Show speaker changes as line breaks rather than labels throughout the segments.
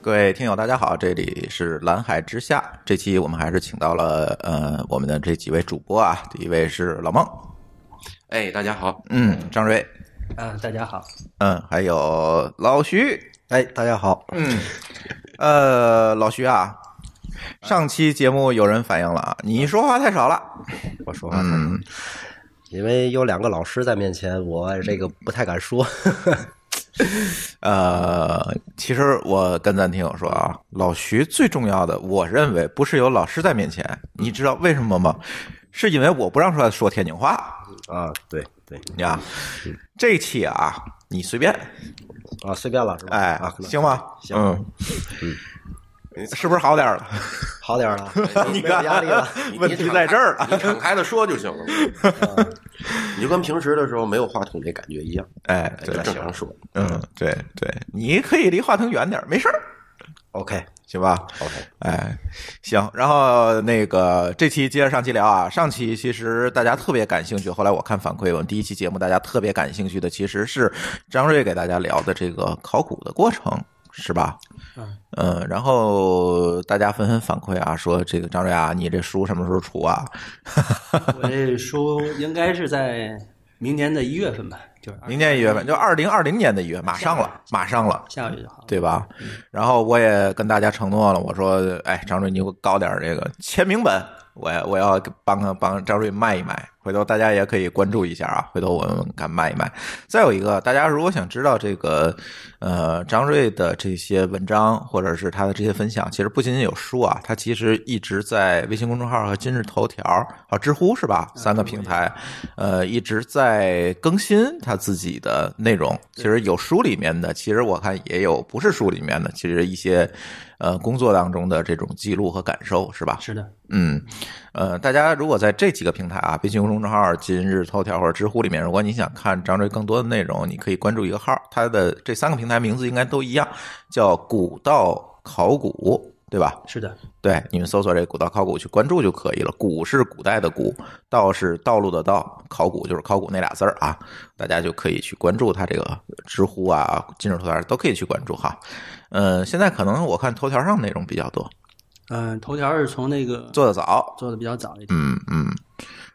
各位听友，大家好，这里是蓝海之下。这期我们还是请到了呃我们的这几位主播啊，第一位是老孟，
哎，大家好，
嗯，张瑞，
嗯、大家好，
嗯，还有老徐，
哎，大家好，
嗯，呃，老徐啊，上期节目有人反映了啊，你说话太少了，
我说话，
嗯，
因为有两个老师在面前，我这个不太敢说。
呃，其实我跟咱听友说啊，老徐最重要的，我认为不是有老师在面前，你知道为什么吗？是因为我不让他说天津话
啊，对对，
呀。这期啊，你随便，
啊，随便了是吧？
哎，
啊，
行吧，
行
嗯， 是不是好点儿了？
好点 儿了，
你
没有
看
压力了。
问题在这儿了。
你敞开了说就行了， 你就跟平时的时候没有话筒那感觉一样，
哎，
哎
对
就，正常说。
嗯，对对，你可以离话筒远点儿，没事儿，
OK，
行吧？OK，哎，行，然后那个这期接着上期聊啊，上期其实大家特别感兴趣，后来我看反馈，我们第一期节目大家特别感兴趣的其实是张瑞给大家聊的这个考古的过程，是吧？
嗯
嗯，然后大家纷纷反馈啊，说这个张瑞啊，你这书什么时候出啊？
我这书应该是在明年的一月份吧，就是
明年一月份，就二零二零年的一月，马上了，马上了。
下个月就好了。
对吧？然后我也跟大家承诺了，我说，哎，张瑞，你给我搞点这个签名本，我我要帮个帮张瑞卖一卖，回头大家也可以关注一下啊，回头我们看卖一卖。再有一个，大家如果想知道这个呃张瑞的这些文章或者是他的这些分享，其实不仅仅有书啊，他其实一直在微信公众号和今日头条啊、知乎是吧三个平台，呃，一直在更新他自己的内容。其实有书里面的，其实我看也有不是书里面的，其实一些呃工作当中的这种记录和感受是吧？
是的，
嗯，呃，大家如果在这几个平台啊，微信公众号、今日头条或者知乎里面，如果你想看张瑞更多的内容，你可以关注一个号，它的这三个平台名字应该都一样，叫“古道考古”，对吧？
是的，
对，你们搜索这“古道考古”去关注就可以了。古是古代的古，道是道路的道，考古就是考古那俩字儿啊，大家就可以去关注它这个知乎啊、今日头条都可以去关注哈。嗯、现在可能我看头条上内容比较多，
嗯、头条是从那个
做的早，
做的比较早一点，
嗯嗯。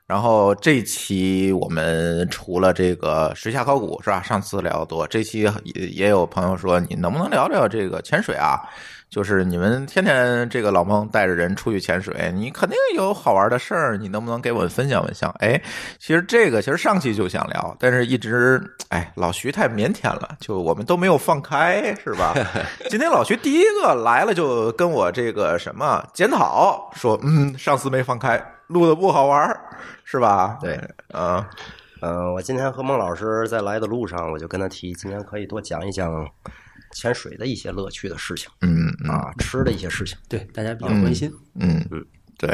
然后这期我们除了这个时下考古是吧？上次聊得多，这期也也有朋友说你能不能聊聊这个潜水啊？就是你们天天这个老孟带着人出去潜水，你肯定有好玩的事儿，你能不能给我们分享分享？哎，其实这个其实上期就想聊，但是一直哎老徐太腼腆了，就我们都没有放开，是吧？ 今天老徐第一个来了，就跟我这个什么检讨，说嗯上次没放开，录的不好玩儿，是吧？
对，
嗯
嗯、我今天和孟老师在来的路上，我就跟他提，今天可以多讲一讲潜水的一些乐趣的事情
嗯嗯
啊，吃的一些事情。
对大家比较关心。
嗯嗯，对，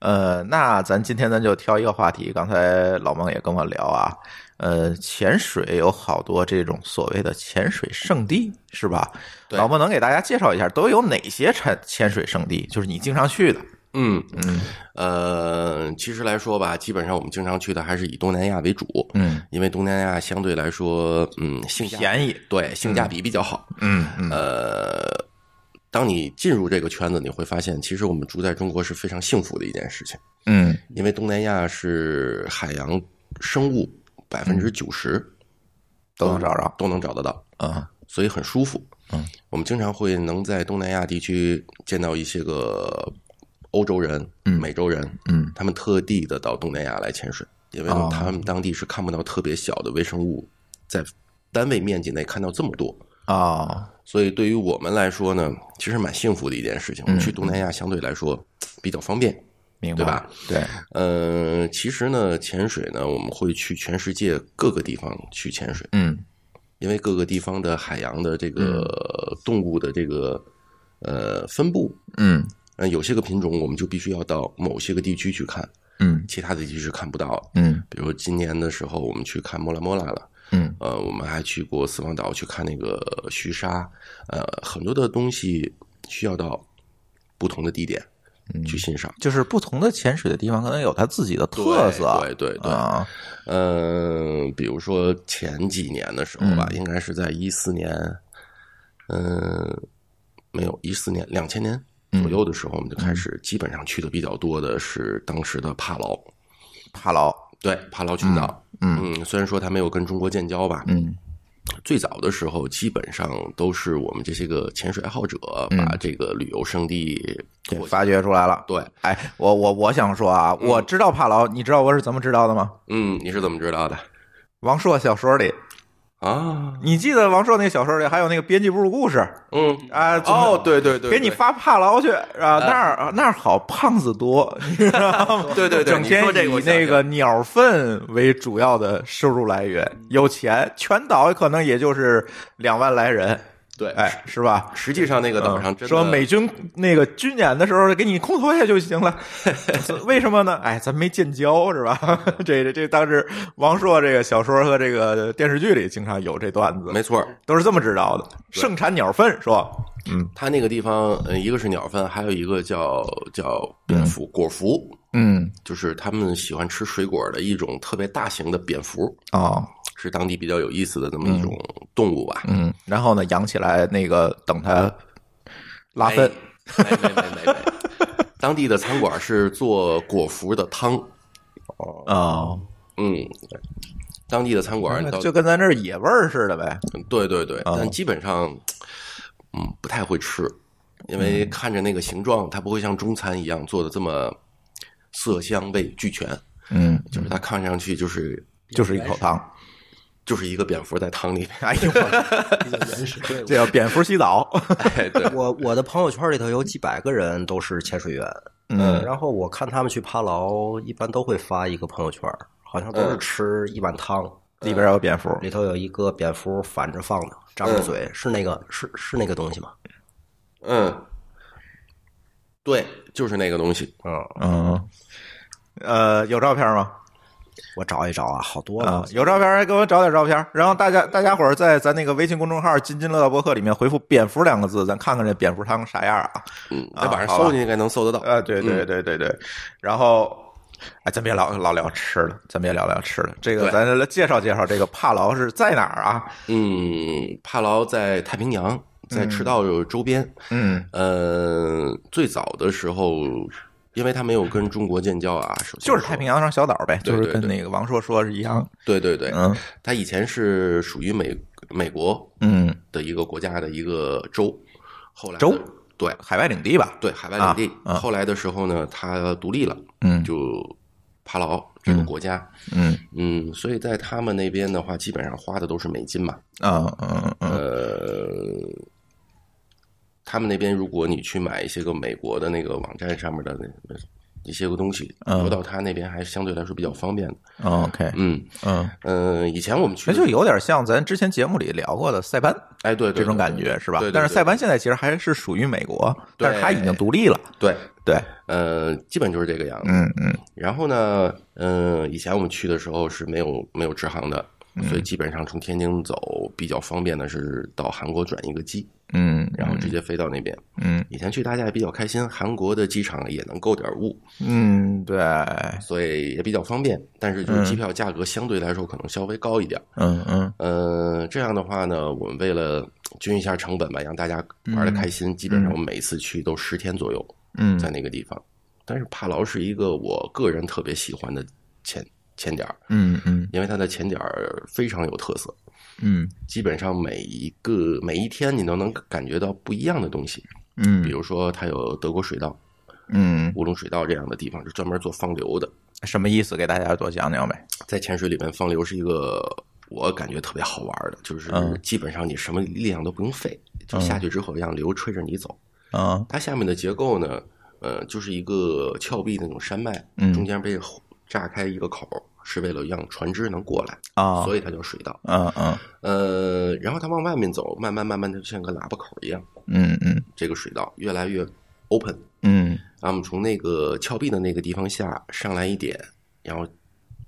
呃，那咱今天咱就挑一个话题，刚才老孟也跟我聊啊，呃，潜水有好多这种所谓的潜水圣地，是吧？
对
老孟能给大家介绍一下都有哪些潜潜水圣地，就是你经常去的？
嗯
嗯
呃，其实来说吧，基本上我们经常去的还是以东南亚为主，
嗯，
因为东南亚相对来说，嗯，性价
便宜，
对性价比比较好。
嗯嗯
呃，当你进入这个圈子，你会发现，其实我们住在中国是非常幸福的一件事情，
嗯
因为东南亚是海洋生物百分之九十
嗯都能找着
都能找得到。
啊，
所以很舒服。
嗯，
我们经常会能在东南亚地区见到一些个欧洲人、
嗯
美洲人，
嗯
他们特地的到东南亚来潜水，因为
哦
他们当地是看不到特别小的微生物在单位面积内看到这么多。
哦，
所以对于我们来说呢，其实蛮幸福的一件事情。我
嗯
们去东南亚相对来说比较方便。
明白
对吧？
对，
呃，其实呢，潜水呢，我们会去全世界各个地方去潜水。
嗯
因为各个地方的海洋的这个动物的这个呃分布，
嗯
嗯，有些个品种我们就必须要到某些个地区去看，
嗯
其他的地区是看不到的。
嗯
比如今年的时候，我们去看莫拉莫拉了，
嗯
呃，我们还去过斯旺岛去看那个徐沙，呃，很多的东西需要到不同的地点
嗯，
去欣赏。
就是不同的潜水的地方可能有它自己的特色，
对对对对
啊，
嗯，比如说前几年的时候吧，应该是在一四年，嗯、没有一四年两千年
嗯
左右的时候，我们就开始基本上去的比较多的是当时的帕劳，
帕劳，
对帕劳群岛，嗯虽然说它没有跟中国建交吧，
嗯
最早的时候基本上都是我们这些个潜水爱好者
嗯
把这个旅游胜地
给
扩
发掘出来了。
对，
哎，我我我想说啊，我知道帕劳，你知道我是怎么知道的吗？
嗯，你是怎么知道的
王朔小说里，
啊？
你记得王朔那小说里还有那个编辑部故事
嗯
啊？怎么
哦，对对对，
给你
对呃
发帕劳去啊，那儿那儿好胖子多，你知道吗？
对对对
整天
你说这个
以
我想起来
那个鸟粪为主要的收入来源，有钱，全岛可能也就是两万来人，
对，
哎，是吧？
实际上那个岛上真
嗯
的
说美军那个军演的时候给你空投下就行了， 为什么呢？哎，咱没建交是吧？ 这这这当时王朔这个小说和这个电视剧里经常有这段子，
没错儿，
都是这么知道的。盛产鸟粪说，嗯
它那个地方，呃，一个是鸟粪，还有一个叫叫蝙蝠果蝠，
嗯
就是他们喜欢吃水果的一种特别大型的蝙蝠，
哦
是当地比较有意思的这么一种动物吧。
嗯，然后呢养起来那个等它拉粪，
哎，没没没没没，当地的餐馆是做果蝠的汤，
哦，
嗯，当地的餐馆你到
就跟嗯咱这儿野味儿似的呗。
对对对，
哦
但基本上，嗯，不太会吃，因为
嗯
看着那个形状，它不会像中餐一样做的这么色香味俱全，
嗯，
就是它看上去就是
就是一口汤。
就是一个蝙蝠在汤里面。
哎呦，
比
嗯
较 原始。
这叫蝙蝠洗澡。
哎， 对，
我我的朋友圈里头有几百个人都是潜水员，
嗯
然后我看他们去帕劳，一般都会发一个朋友圈，好像都是吃一碗汤，
里边有蝙蝠，
里头有一个蝙蝠反着放的，张着嘴，是那个是是那个东西吗？
嗯，对，就是那个东西。
嗯，
嗯，呃，有照片吗？
我找一找啊，好多
啊
呢，，
有照片儿，给我找点照片儿。然后大家大家伙儿在咱那个微信公众号“津津乐道播客”里面回复“蝙蝠”两个字，咱看看这蝙蝠汤啥样啊？
嗯，
啊
在网上
好吧
搜你应该能搜得到。
啊，对对对对对。然后，哎，咱别老老聊吃了，咱别聊聊吃了。这个
对
咱来介绍介绍这个帕劳是在哪儿啊？
嗯，帕劳在太平洋，在赤道周边。
嗯，
呃，最早的时候，因为它没有跟中国建交啊，首先
就是
说
太平。洋上小岛呗，
对
就
对
是跟那个王朔说是一样。
对对对，
嗯
它以前是属于美美国
嗯，
的一个国家的一个州，后来的
州
对
海外领地吧。
对海外领地。
啊啊
后来的时候呢，它独立了，
嗯
就帕劳这个国家。
嗯
嗯，所以在他们那边的话，基本上花的都是美金嘛。
啊嗯嗯
呃，他们那边如果你去买一些个美国的那个网站上面的那一些个东西，
嗯
流到他那边还相对来说比较方便的。
嗯，OK，
嗯，
嗯，
呃，以前我们去
那
的
哎就有点像咱之前节目里聊过的塞班。
哎，对对
这种
对
感觉是吧
对对？
但是
对
塞班现在其实还是属于美国，
对
但是它已经独立了。
对，
对，
呃，基本就是这个样子。
嗯嗯
然后呢，呃，以前我们去的时候是没有没有直航的，
嗯
所以基本上从天津走比较方便的是到韩国转一个机，
嗯，
然后直接飞到那边。
嗯
以前去大家也比较开心，韩国的机场也能购点物，
嗯，对，
所以也比较方便，但是就是机票价格相对来说可能稍微高一点。
嗯嗯
呃，这样的话呢，我们为了均一下成本吧，让大家玩的开心，基本上我们每次去都十天左右在
嗯
那个地方。但是帕劳是一个我个人特别喜欢的潜潜点儿，
嗯嗯
因为它的潜点儿非常有特色，
嗯
基本上每一个每一天你都能感觉到不一样的东西。
嗯，
比如说，它有德国水道、
嗯，
乌龙水道这样的地方，是专门做放流的。
什么意思？给大家多讲讲呗。
在潜水里面放流是一个我感觉特别好玩的，就是
嗯
基本上你什么力量都不用费，就下去之后让流吹着你走。
嗯
它下面的结构呢，呃，就是一个峭壁那种山脉，
嗯
中间被炸开一个口，是为了让船只能过来，
啊，
所以它叫水道。
嗯嗯
呃，然后它往外面走，慢慢慢慢的就像个喇叭口一样，
嗯嗯
这个水道越来越 open。
嗯
然后我们从那个峭壁的那个地方下上来一点，然后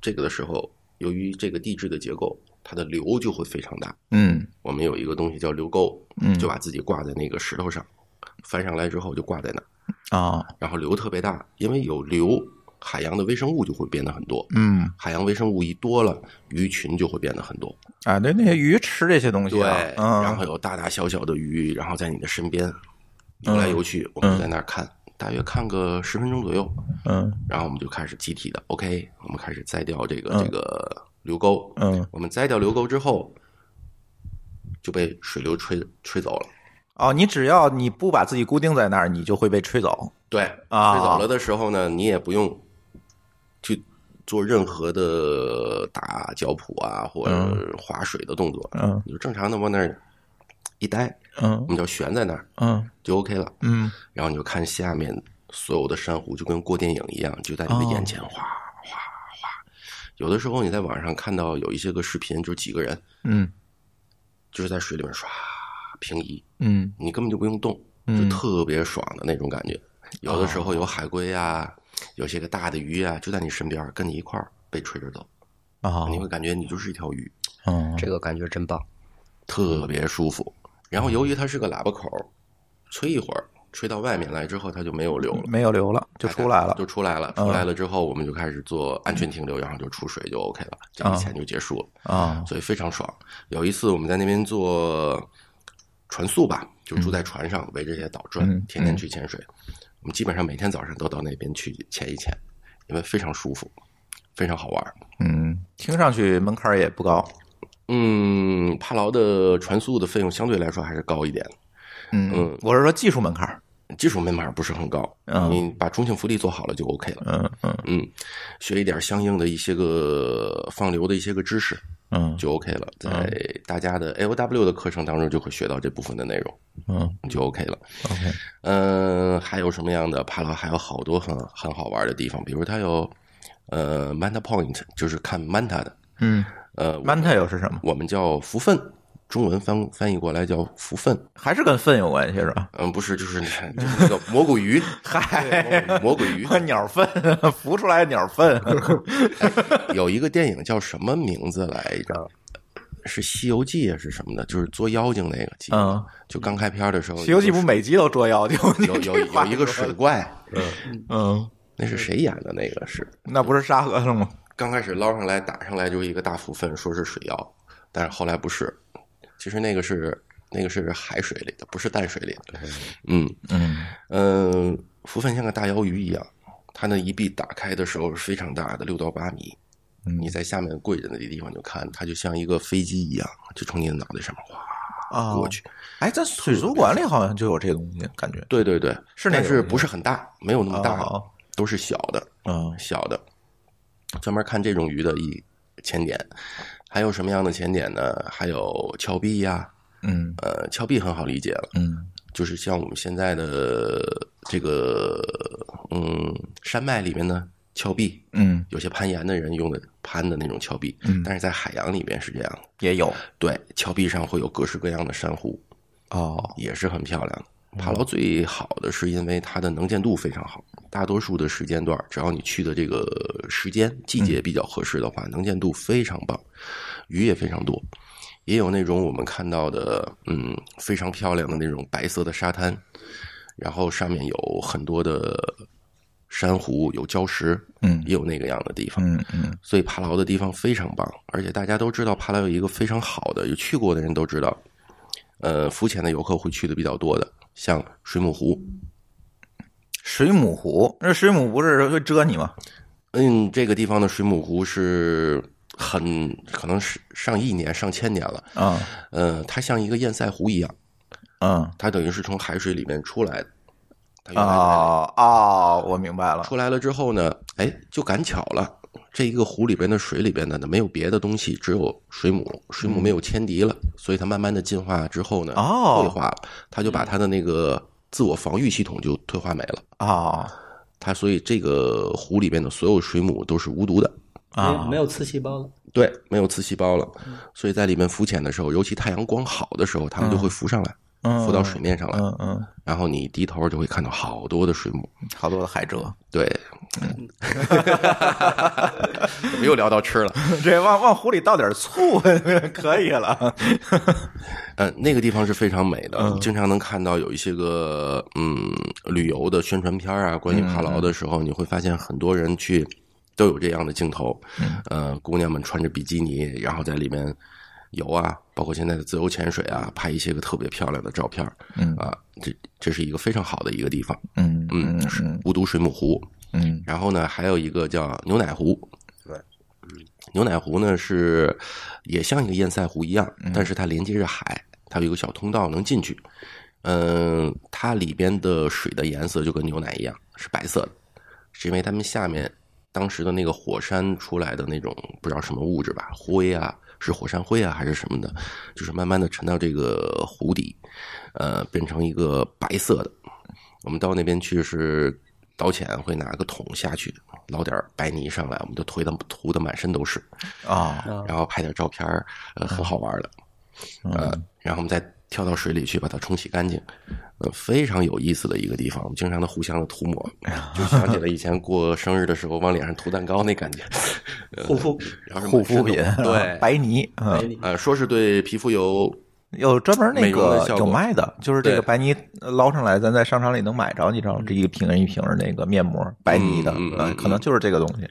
这个的时候，由于这个地质的结构，它的流就会非常大。
嗯
我们有一个东西叫流钩
嗯，
就把自己挂在那个石头上，翻上来之后就挂在那儿，
啊，
然后流特别大，因为有流，海洋的微生物就会变得很多。
嗯
海洋微生物一多了，鱼群就会变得很多。
啊，对，那些鱼吃这些东西啊，
然
嗯
后有大大小小的鱼，然后在你的身边游
嗯
来游去，我们就在那儿看，大约看个十分钟左右，
嗯
然后我们就开始集体的，OK，我们开始摘掉这个、
嗯
这个流沟。
嗯，
我们摘掉流沟之后，就被水流吹吹走了。
哦，你只要你不把自己固定在那儿，你就会被吹走。
对，
啊
吹走了的时候呢，你也不用去做任何的打脚蹼啊或者划水的动作，
嗯
你就正常的往那儿一待，我
嗯
们就悬在那儿
嗯
就 OK 了。
嗯，
然后你就看下面所有的珊瑚，就跟过电影一样，就在你
哦
的眼前哗哗哗。有的时候你在网上看到有一些个视频，就是几个人
嗯
就是在水里面唰平移，
嗯
你根本就不用动，就
嗯哦
特别爽的那种感觉。有的时候有海龟啊，有些个大的鱼啊，就在你身边，跟你一块儿被吹着走，
啊
你会感觉你就是一条鱼，
嗯
这个感觉真棒。
特别舒服。然后由于它是个喇叭口，吹一会儿，吹到外面来之后，它就没有流了。
没有流了，嗯就出来了
就。出来了。
嗯
出来了之后，我们就开始做安全停留，然后就出水就 OK 了，这
啊
一切就结束了，
啊
所以非常爽。有一次我们在那边做船宿吧，就住在船上，围着这些岛转
嗯，
天天去潜水。我们基本上每天早上都到那边去潜一潜，因为非常舒服，非常好玩儿。
嗯，听上去门槛儿也不高。
嗯，帕劳的船宿的费用相对来说还是高一点，
嗯
嗯，
我是说技术门槛儿。
技术门槛不是很高，
嗯
你把中性浮力做好了就 OK 了。
嗯嗯
嗯，学一点相应的一些个放流的一些个知识，
嗯
就 OK 了。在大家的 AOW 的课程当中，就会学到这部分的内容，
嗯
就 OK 了。
，OK，
嗯，还有什么样的？帕劳还有好多很很好玩的地方，比如它有呃 Manta Point，就是看 Manta 的，
嗯
呃
，manta 又是什么？
我们叫福分，中文翻翻译过来叫福分。
还是跟粪有关系是 吧？
嗯，不是，就是 就是那个蘑菇鱼，嗨，蘑菇鱼，
鸟粪 浮出来的鸟 粪。
有一个电影叫什么名字来着？是《西游记》啊还是什么的？就是捉妖精那个，记得吗就刚开篇的时候，
《嗯西游记》不每集都捉妖 精？
有有有有一个水怪，
嗯，
那是谁演的？那个是
那不是沙和尚吗？
刚开始捞上来打上来就是一个大福分，说是水妖，但是后来不是，其实那个是那个是海水里的，不是淡水里的。嗯
嗯
嗯，福分像个大妖鱼一样，它那一臂打开的时候是非常大的，六到八米。
嗯
你在下面跪着那地方就看，它就像一个飞机一样，就从你的脑袋上面哗
啊，
过去。
哎，在水族馆里好像就有这东西，感觉。
对对对，
是那
但
种
是
是吧
不是很大，没有那么大，
哦
都是小的，
嗯
小的，专门看这种鱼的一潜点。还有什么样的潜点呢？还有峭壁呀、
嗯
呃，峭壁很好理解了，
嗯
就是像我们现在的这个嗯山脉里面呢，峭壁。
嗯，
有些攀岩的人用的攀的那种峭壁，
嗯
但是在海洋里面是这样的。
也有
对，峭壁上会有各式各样的珊瑚，
哦。
也是很漂亮的。帕劳最好的是因为它的能见度非常好，大多数的时间段，只要你去的这个时间季节比较合适的话，能见度非常棒，鱼也非常多，也有那种我们看到的，嗯，非常漂亮的那种白色的沙滩，然后上面有很多的珊瑚，有礁石，
嗯
也有那个样的地方。
嗯嗯
所以帕劳的地方非常棒，而且大家都知道帕劳有一个非常好的，有去过的人都知道，呃，浮潜的游客会去的比较多的，像水母湖，
水母湖，那水母不是会蛰你吗？
嗯，这个地方的水母湖是很可能是上亿年、上千年了，
啊
呃，它像一个堰塞湖一样，
嗯
它等于是从海水里面出来的，它原来
哦哦，我明白了。
出来了之后呢，哎，就赶巧了，这一个湖里边的水里边呢，没有别的东西，只有水母，水母没有天敌了，所以它慢慢的进化之后呢，
嗯哦
退化了，它就把它的那个自我防御系统就退化没了。
哦
它所以这个湖里边的所有水母都是无毒的，
没
啊
有没有刺细胞了，
对，没有刺细胞了，
嗯
所以在里面浮潜的时候，尤其太阳光好的时候，它们就会浮上来，
嗯
浮到水面上来，
嗯嗯，
然后你低头就会看到好多的水母，
好多的海蜇。
对，
嗯
怎么又聊到吃了？
这往往湖里倒点醋 可以了。
呃，那个地方是非常美的，你经常能看到有一些个嗯旅游的宣传片啊，关于帕劳的时候，你会发现很多人去都有这样的镜头，呃，姑娘们穿着比基尼，然后在里面游啊，包括现在的自由潜水啊，拍一些个特别漂亮的照片儿
嗯
啊，这这是一个非常好的一个地方。
嗯
嗯
嗯，嗯
无毒水母湖，
嗯
然后呢，还有一个叫牛奶湖。
对
嗯，牛奶湖呢是也像一个堰塞湖一样，但是它连接着海，它有一个小通道能进去。嗯，它里边的水的颜色就跟牛奶一样，是白色的，是因为它们下面当时的那个火山出来的那种不知道什么物质吧，灰啊，是火山灰啊还是什么的，就是慢慢的沉到这个湖底，呃，变成一个白色的。我们到那边去是导潜，会拿个桶下去捞点白泥上来，我们就推的涂的满身都是，
啊，嗯
然后拍点照片儿呃，很好玩的，呃，然后我们再跳到水里去把它冲洗干净，呃，非常有意思的一个地方，我们经常的互相的涂抹，
啊
就想 起了以前过生日的时候往脸上涂蛋糕那感觉，呃
护肤
然后是
护
满身
肤
都
品
对，
白泥，
哎
嗯，
你
呃，说是对皮肤有
有专门那
美容
个
的效
有
果
卖的，就是这个
对嗯
白泥捞上来，咱在商场里能买着，你知道吗？这一瓶一瓶那个面膜，白泥的
嗯嗯，
呃
嗯
可能就是这个东西。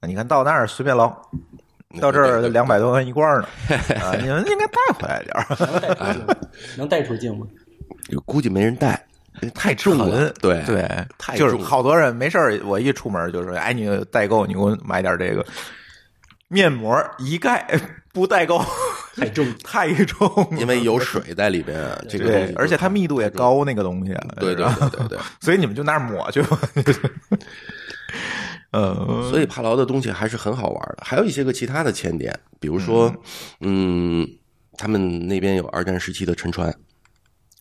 啊你看到那儿随便捞，到这
对
儿
对对
两百多块钱一罐 儿呢，啊，你们应该带回来点儿，
能带出镜吗？能带出镜吗？
估计没人带，
太重
了对
对，
太
就是
重了
好多人没事儿，我一出门就说，哎，你代购，你给我买点这个面膜，一概不代购，
太重，
太重了，
因为有水在里边啊，这个东
对
西，就
而且它密度也高，那个东西，
对对
是吧
对对对。
所以你们就那儿抹去 吧。呃，
所以帕劳的东西还是很好玩的，还有一些个其他的潜点，比如说，嗯，他们那边有二战时期的沉船，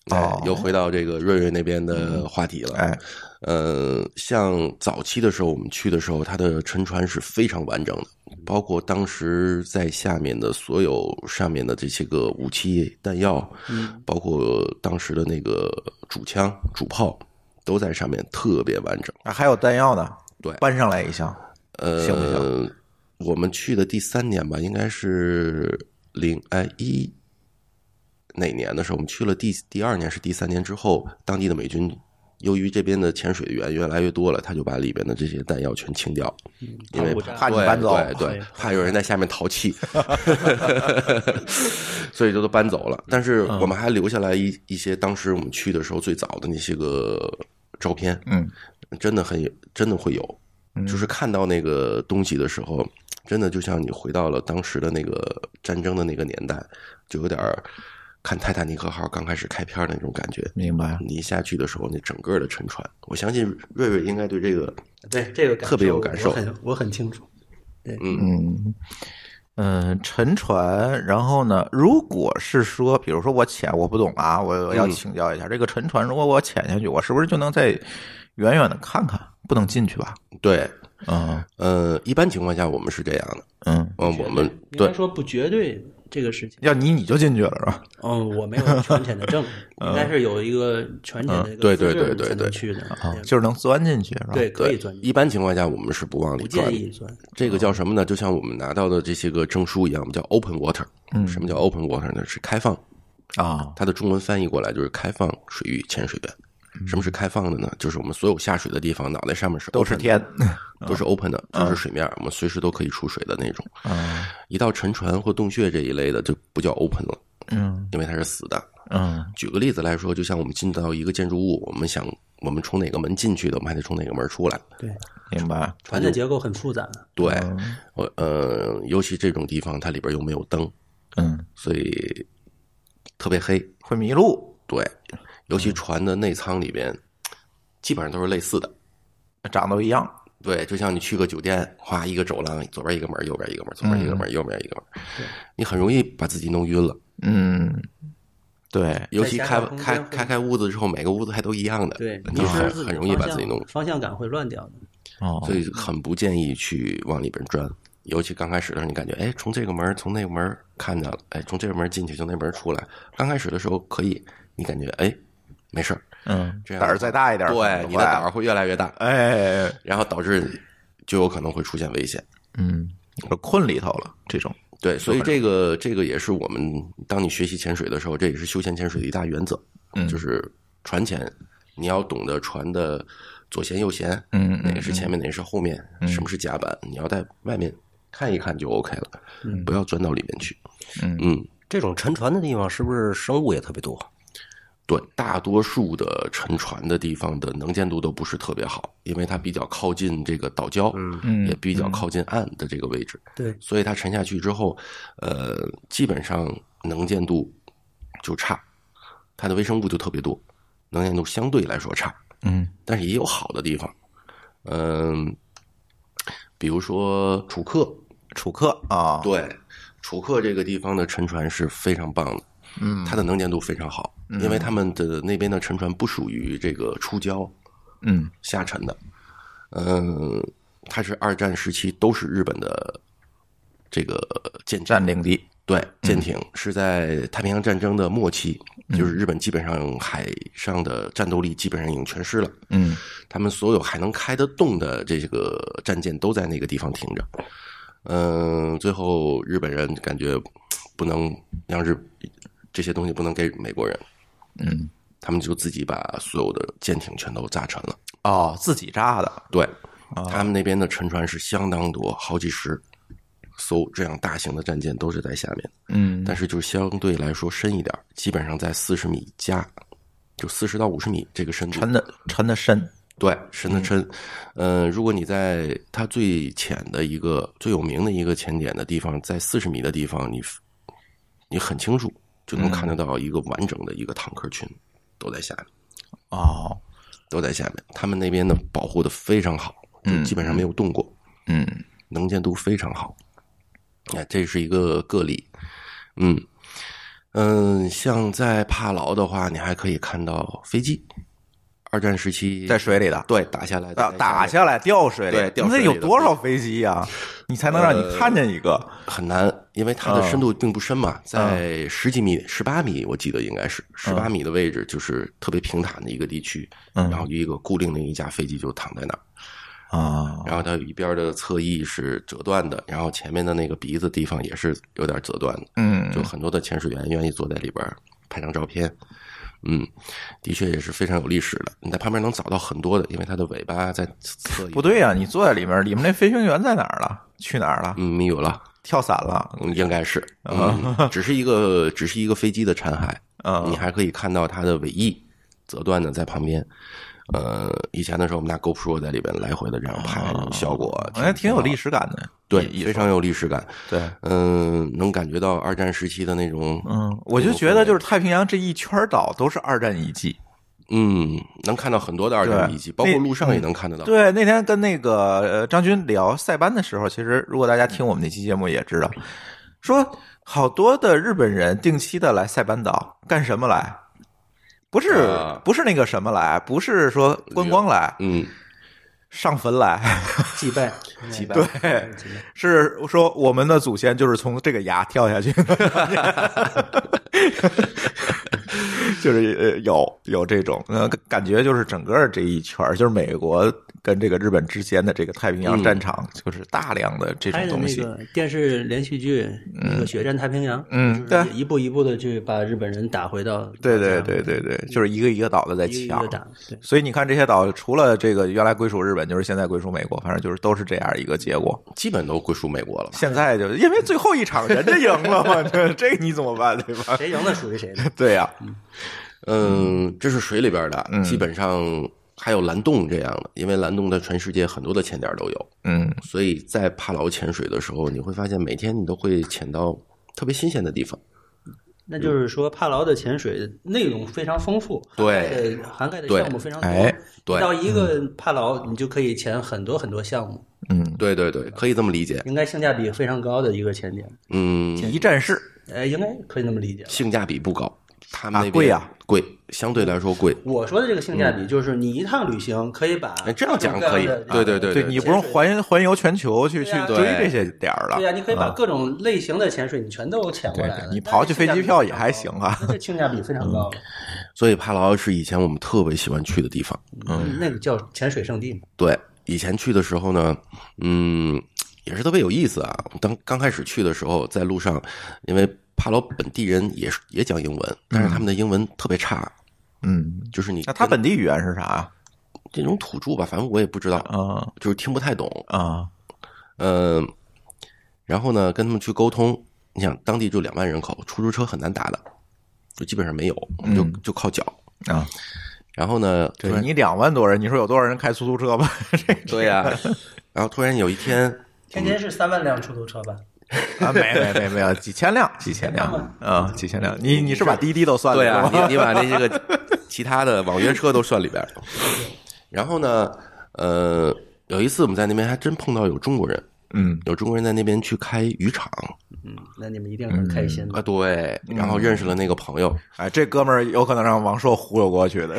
哎
哦
又回到这个瑞瑞那边的话题了。
哎，
呃，像早期的时候，我们去的时候，它的沉船是非常完整的，包括当时在下面的所有上面的这些个武器弹药，
嗯
包括当时的那个主枪、主炮，都在上面，特别完整。
啊还有弹药呢，
对
搬上来一箱。
呃，
行不
我们去的第三年吧，应该是零哎一哪年的时候？我们去了第第二年是第三年之后，当地的美军由于这边的潜水员越来越多了，他就把里边的这些弹药全清掉，因为
怕误炸
嗯怕你
对
搬走哎
对对，怕有人在下面淘 气， 所以就都搬走了。但是
嗯
我们还留下来一一些当时我们去的时候最早的那些个照片，
嗯，
真的很有真的会有，
嗯
就是看到那个东西的时候，真的就像你回到了当时的那个战争的那个年代，就有点儿看《泰坦尼克号》刚开始开篇的那种感觉。
明白。
你一下去的时候，那整个的沉船，我相信瑞瑞应该对这个
对这个感受
特别有感受
我很我很清楚。
嗯嗯，沉船。然后呢，如果是说，比如说我潜，我不懂啊，我我要
嗯
请教一下，这个沉船，如果我潜下去，我是不是就能在远远的看看，不能进去吧？
对，
嗯
呃，一般情况下我们是这样的，
嗯，
嗯，我们
应
对
该说不绝对这个事情。
要你你就进去了是吧？
嗯，我没有 全潜的证，应该是有一个全潜
嗯
的一
对对
个资质
对对
才
对
能去的。
啊，
嗯
对
就是能钻进去是吧？
对，可以钻进去，
一般情况下我们是不往里
不嗯
转
建
的。
议钻。
这个叫什么呢？就像我们拿到的这些个证书一样，我们叫 open water。
嗯
什么叫 open water 呢？是开放，
啊，
它的中文翻译过来就是开放水域潜水员。什么是开放的呢？就是我们所有下水的地方，脑袋上面是
嗯都是
open 的，
天。
都是 open 的，就是水面，我们随时都可以出水的那种。
嗯
一到沉船或洞穴这一类的，就不叫 open 了，
嗯
因为它是死的。
嗯
举个例子来说，就像我们进到一个建筑物，我们想我们从哪个门进去的，我们还得从哪个门出来。
对，
明白。
船的结构很复杂，
对，我呃，尤其这种地方，它里边又没有灯，
嗯，
所以特别黑。
会迷路，
对，尤
嗯
其船的内舱里边，基本上都是类似的。
长得都一样。
对，就像你去个酒店，哗，一个走廊，左边一个门，右边一个门，左边一个门，右边一个门，你很容易把自己弄晕了。
嗯，对，
尤其
再加
开
上空间
开
会
开开屋子之后，每个屋子还都一样的，
对，
你
迷失
很
自己
很容易把
方
自己
向
弄。
方向感会乱掉的。
哦
所以很不建议去往里边钻。尤其刚开始的时候，你感觉哎，从这个门儿从那个门儿看见了，哎，从这个门儿进去，从那门儿出来。刚开始的时候可以，你感觉哎，没事儿，
嗯，
这样
胆儿再大一点，
对，你的胆儿，会越来越大，
哎，
然后导致就有可能会出现危险。
嗯，我困里头了，这种，
对，所以这个这个也是我们当你学习潜水的时候，这也是休闲潜水的一大原则，
嗯
就是船潜，你要懂得船的左舷右舷，
嗯嗯嗯
哪个是前面，哪个是后面，什么是甲板，你要在外面看一看就 OK 了，不要钻到里面去。
嗯
嗯，
这种沉船的地方是不是生物也特别多？
对，大多数的沉船的地方的能见度都不是特别好，因为它比较靠近这个岛礁，
嗯
也比较靠近岸的这个位置，
对，
所以它沉下去之后，呃，基本上能见度就差，它的微生物就特别多，能见度相对来说差，
嗯
但是也有好的地方，嗯、比如说楚客，
楚客啊，
对，楚客这个地方的沉船是非常棒的，
嗯
它的能见度非常好，因为他们的那边的沉船不属于这个出礁
嗯
下沉的，嗯，它是二战时期都是日本的这个舰
占
艇，
领地，
对，舰艇是在太平洋战争的末期，
嗯
就是日本基本上海上的战斗力基本上已经全失了，
嗯
他们所有还能开得动的这个战舰都在那个地方停着。嗯，最后日本人感觉嘖不能让日这些东西不能给美国人，
嗯，
他们就自己把所有的舰艇全都炸沉了。
哦，自己炸的，
对，他们那边的沉船是相当多，好几十艘这样大型的战舰都是在下面，
嗯
但是就相对来说深一点，基本上在四十米加，就四十到五十米这个深度。
沉的沉的深，
对，深的深。嗯、呃，如果你在它最浅的一个最有名的一个潜点的地方，在四十米的地方，你你很清楚就能
嗯
看得到一个完整的一个坦克群都在下面，
哦，
都在下面。他们那边的保护的非常好，就基本上没有动过，
嗯
能见度非常好。哎，这是一个个例。嗯嗯，像在帕劳的话，你还可以看到飞机。二战时期
在水里的
对打下来的
打
在
打
面
下来掉水里，
对掉
那
水里
有
的
多少飞机呀、你才能让你看见一个？
很难，因为
嗯
它的深度并不深嘛，在十几米、十八米，我记得应该是十八米的位置，就是特别平坦的一个地区，
嗯
然后一个固定的一架飞机就躺在那儿，
啊，
然后它有一边的侧翼是折断的，然后前面的那个鼻子地方也是有点折断的，
嗯
就很多的潜水员愿意坐在里边儿拍张照片。嗯，的确也是非常有历史的。你在旁边能找到很多的，因为它的尾巴在侧翼
不，对呀、你坐在里面，里面那飞行员在哪儿了？去哪儿了？
嗯，没有了。
跳伞了？
嗯，应该是，嗯，只是一个只是一个飞机的残骸，
啊
你还可以看到它的尾翼折断的在旁边。呃，以前的时候我们拿 GoPro 在里边来回的这样拍，效果
哎，啊挺有
好
历史感的。
对，
也
非常有历史感。
对，
嗯，能感觉到二战时期的那种，
嗯，我就觉得就是太平洋这一圈儿岛都是二战遗迹。
嗯，能看到很多的二战
对
遗迹，包括
那嗯
路上也能看得到。
对，那天跟那个呃张军聊塞班的时候，其实如果大家听我们那期节目也知道，说好多的日本人定期的来塞班岛干什么来？不是、
啊
不是那个什么来，不是说观光来、
嗯，
上坟来，
祭拜，
祭拜
对，是说我们的祖先就是从这个崖跳下去的， 就是呃有有这种呃感觉，就是整个这一圈儿就是美国跟这个日本之间的这个太平洋战场，就是大量的这
拍
种东
的那
西。
个电视连续剧，那个《血战太平洋》，
嗯
就是
对
一步一步的去把日本人打回到
对
大
对
家
对对对，就是一个一个岛的在
嗯一个一
抢
个。打，对，
所以你看，这些岛除了这个原来归属日本，就是现在归属美国，反正就是都是这样一个结果。
基本都归属美国了吧。
现在就因为最后一场人家赢了嘛， 这这个你怎么办，对吧？
谁赢了属于 谁的。
对呀、
嗯，这是水里边的，
嗯
基本上还有蓝洞这样的，因为蓝洞在全世界很多的潜点都有。
嗯
所以在帕劳潜水的时候，你会发现每天你都会潜到特别新鲜的地方。
那就是说，帕劳的潜水内容非常丰富，
对
呃涵盖的
对
项目非常多。
哎
对嗯
你到一个帕劳，你就可以潜很多很多项目，
嗯，
对对对，可以这么理解。
应该性价比非常高的一个潜点。
嗯，
一站式，
呃，应该可以那么理解吧。
性价比不高，他们那
啊
边
贵呀
贵，相对来说贵。
我说的这个性
嗯
价比，就是你一趟旅行可以把
哎这样讲可以
各个的
对对对
对你不用
潜水
环环游全球去去
对啊
追这些点儿了。啊
啊对呀、你可以把各种类型的潜水你全都潜过来了。
对对你刨去飞机票也还行啊
那这性价比非常高。
所以帕劳是以前我们特别喜欢去的地方。
嗯，那个叫潜水圣地嘛。
对，以前去的时候呢，嗯，也是特别有意思啊。当刚开始去的时候，在路上，因为帕劳本地人也是也讲英文，但是他们的英文特别差，
嗯，
就是你
那他本地语言是啥啊？
这种土著吧，反正我也不知道，
啊
就是听不太懂。
啊，
呃，然后呢，跟他们去沟通。你想，当地就两万人口，出租车很难打的，就基本上没有，我们就就靠脚。
啊，
然后呢，突
对
然
你两万多人，你说有多少人开出租车吧？这
对呀、然后突然有一天，
天津是三万辆出租车吧？
啊，没没没没有，几千辆，几千 辆啊，几千辆。你你是把滴滴都算了
对啊，
是吧
你你把那些个其他的网约车都算里边儿。然后呢，呃，有一次我们在那边还真碰到有中国人，
嗯，
有中国人在那边去开渔场
嗯，那你们一定很开心
嗯
啊，
的。
对，然后认识了那个朋友，
哎，这哥们儿有可能让王朔忽悠过去的。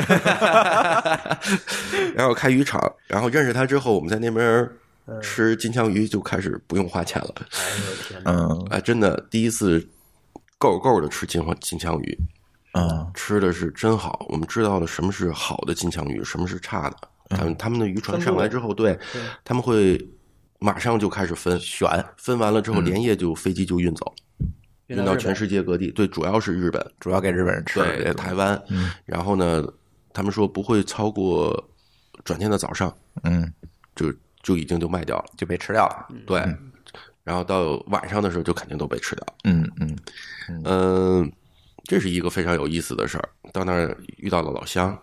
然后开渔场，然后认识他之后，我们在那边儿吃金枪鱼就开始不用花钱了，
哎呦天 哪！
嗯
哎，真的第一次够够的吃金花金枪鱼，
嗯，
吃的是真好，我们知道了什么是好的金枪鱼，什么是差的。他们他们的渔船上来之后，对，他们会马上就开始分选，分完了之后连夜就飞机就运走，嗯运到全世界各地。对，主要是日本，
主要给日本人吃的
对
这
台
台，
湾。然后呢，他们说不会超过转天的早上
嗯，
就就已经就卖掉了。
就被吃掉了。
对，然后到晚上的时候就肯定都被吃掉了。
嗯嗯
嗯，这是一个非常有意思的事儿。到那儿遇到了老乡，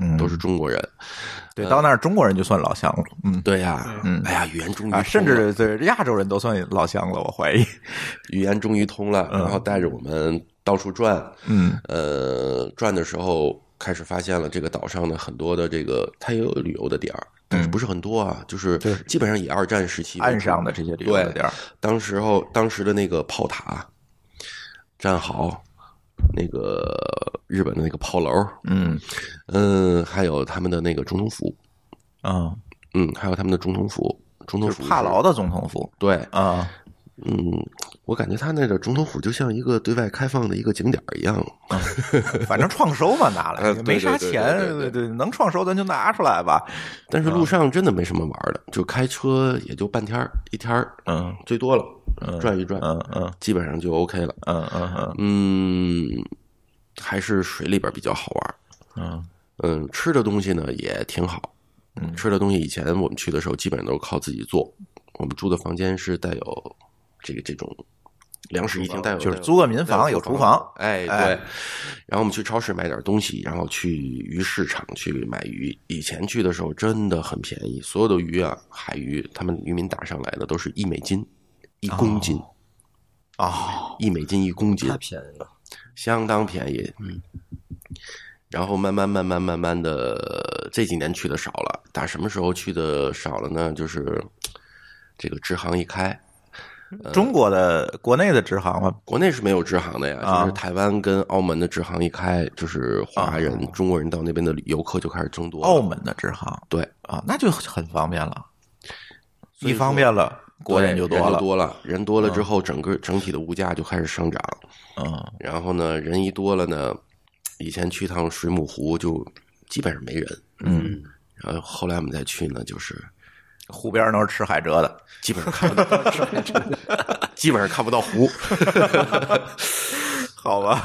嗯，
都是中国人。
对，到那儿中国人就算老乡了。嗯
对呀、哎呀，语言终于通
啊，
了
甚至对亚洲人都算老乡了，我怀疑。
语言终于通了，然后带着我们到处转，
嗯
呃，转的时候开始发现了这个岛上的很多的这个，它也有旅游的点儿，但是不是很多啊，就是基本上以二战时期
嗯
为
岸
主
上的这些旅游的地
对
儿，
当时候当时的那个炮塔、战壕，那个日本的那个炮楼，
嗯
嗯，还有他们的那个总统府，
嗯，
嗯，还有他们的总统府，总统
就是
府
帕
是
劳的总统府
对，
啊，
嗯，我感觉他那个总统府就像一个对外开放的一个景点儿一样。
反正创收嘛，拿来
呃
也没啥
对对对
钱，
对对
对对，能创收咱就拿出来吧。
但是路上真的没什么玩儿的，就开车也就半天儿、一天儿，
啊嗯，
最多了，转一转，
嗯嗯
基本上就 OK 了。
嗯嗯嗯
嗯，还是水里边比较好玩儿。
嗯
嗯，吃的东西呢也挺好。吃的东西以前我们去的时候基本上都是靠自己做，我们住的房间是带有这个这种粮食一厅带有，
就是租个民房
带
有厨房
哎对。
哎
然后我们去超市买点东西，然后去鱼市场去买鱼。以前去的时候真的很便宜，所有的鱼啊海鱼，他们渔民打上来的都是一美金一公斤，
哦，
一美金一公斤
太，便宜了。
相当便宜。嗯。然后慢慢慢慢慢慢的，这几年去的少了。打什么时候去的少了呢？就是这个支行一开，
中国的国内的支行嘛，
国内是没有支行的呀，
啊
就是台湾跟澳门的支行一开，就是华人、中国人到那边的旅游客就开始增多了。
澳门的支行
对，
啊，那就很方便了，
所以
一
说
方便了，国
对
人就
人就
多了，啊
多了，人多了之后，整个整体的物价就开始上涨。
嗯
然后呢，人一多了呢，以前去趟水母湖就基本上没人，
嗯，
然后后来我们再去呢，就是
湖边儿都是吃海蜇的，
基本上看不到，基本上看不到 湖。
好 吧？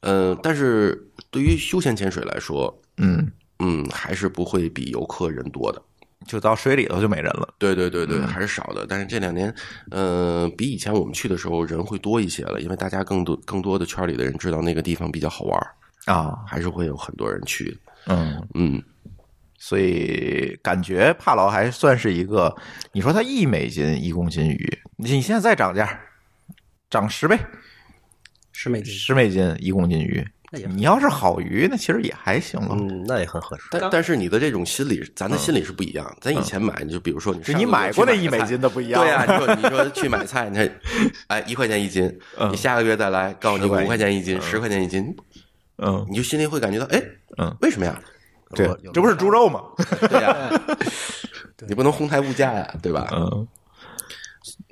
嗯，但是对于休闲潜水来说，
嗯，
嗯，还是不会比游客人多的。嗯
就到水里头就没人了，
对对对对，还是少的。但是这两年，呃，比以前我们去的时候人会多一些了，因为大家更多更多的圈里的人知道那个地方比较好玩儿，
啊，
还是会有很多人去。
嗯，
嗯，
所以感觉帕劳还算是一个，你说它一美金一公斤鱼，你你现在再涨价，涨十倍，
是美金，
十美金一公斤鱼
那也。
你要是好鱼，那其实也还行了。
嗯，那也很合适。
但但是你的这种心理，咱的心理是不一样。咱以前买，你就比如说你
就
上
你
个月
买
去
过那
个
一美
菜
金的不一样
对呀、 你说你说 去买菜，你看，哎，一块钱一斤，你下个月再来，告诉你
10块
五块钱一斤，十块钱一斤，
嗯，
你就心里会感觉到，哎，
嗯，
为什么呀？
对
有有，
这不是猪肉吗？
对呀、 你不能哄抬物价呀、对吧？
嗯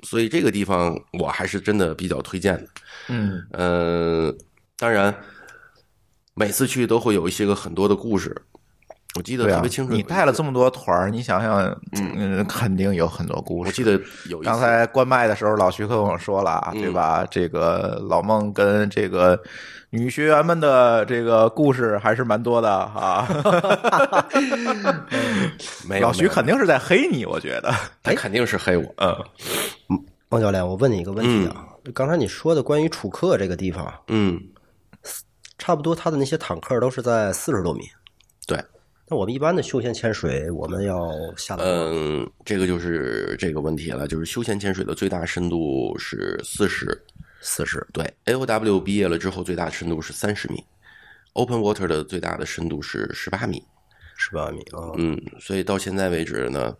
所以这个地方我还是真的比较推荐的。
嗯
嗯，当然，每次去都会有一些个很多的故事，我记得
对
特
啊
别清，楚。
你带了这么多团儿，你想想，嗯，肯定有很多故
我
事。
记得有一
刚
次
才关麦的时候，老徐跟我说了啊，对吧？这个老孟跟这个女学员们的这个故事还是蛮多的啊。
没有
老徐
没有
肯定是在黑你，我觉得。
他肯定是黑我。
嗯
孟教练，我问你一个问题啊，刚才你说的关于楚克这个地方，
嗯，
差不多它的那些坦克都是在四十多米。
对，
那我们一般的休闲潜水，我们要下到
嗯，这个就是这个问题了，就是休闲潜水的最大深度是四十，
四十、
对，AOW 毕业了之后最大深度是三十米，Open Water 的最大的深度是十八米，
十八米啊。
嗯，所以到现在为止呢，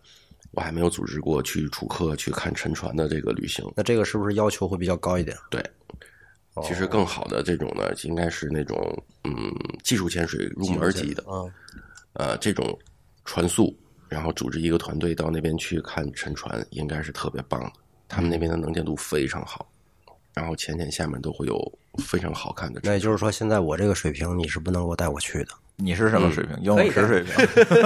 我还没有组织过去楚客去看沉船的这个旅行。
那这个是不是要求会比较高一点？
对，其实更好的这种呢，应该是那种嗯技术潜水入门级的，
啊，
呃，这种船速，然后组织一个团队到那边去看沉船，应该是特别棒的。他们那边的能见度非常好，然后浅浅下面都会有非常好看的
那
船。
也就是说，现在我这个水平，你是不能够带我去的。
你是什么水平？游
可
泳
以
池
的
水平？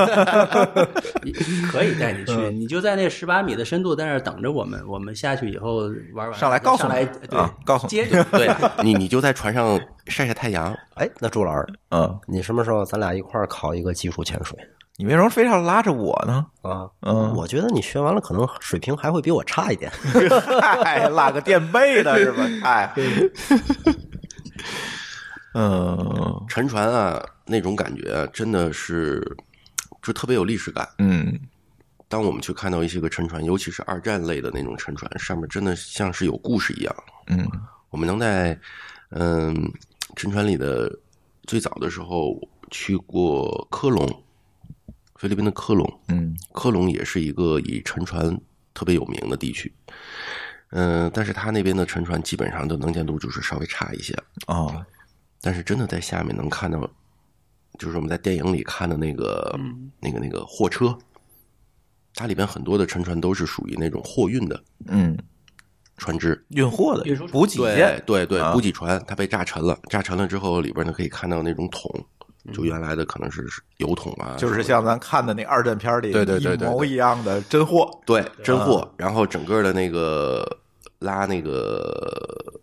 可以带你去，
嗯
你就在那十八米的深度在那儿等着我们，我们下去以后玩 完
上来告诉
上
你
来对
啊，告诉你
接 着
对你，你就在船上晒晒太阳，
哎，那朱老师，
嗯，
你什么时候咱俩一块儿考一个技术潜水
你为什么非要拉着我呢？
啊？
嗯，
我觉得你学完了，可能水平还会比我差一点。
嗨，拉个垫背的 是吧？哎，嗯
沉船啊，那种感觉啊真的是就特别有历史感。
嗯，
当我们去看到一些个沉船，尤其是二战类的那种沉船，上面真的像是有故事一样。
嗯，
我们能在嗯沉船里的最早的时候去过科隆，菲律宾的科隆，
嗯，
科隆也是一个以沉船特别有名的地区。嗯、但是它那边的沉船基本上的能见度就是稍微差一些，
哦，
但是真的在下面能看到，就是我们在电影里看的那个、那个那个货车，它里边很多的沉船都是属于那种货运的
嗯，
船只，
运货的
运输船
补给
对
舰，
对对
啊，
补给船它被炸沉了，炸沉了之后里边呢可以看到那种桶，就原来的可能是是油桶啊，
嗯就是像咱看的那二战片里
对对对对
一
对
模一样的真货。
对真
啊
货，然后整个的那个拉那个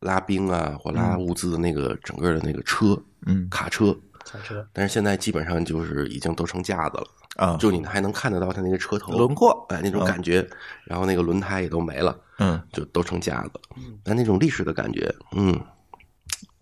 拉冰啊或拉物资的那个整个的那个车，
嗯
卡车。
下车。
但是现在基本上就是已经都成架子了，
啊，
就你还能看得到它那个车头
轮廓啊
哎，那种感觉，然后那个轮胎也都没了，
嗯
就都成架子了。但那种历史的感觉，嗯，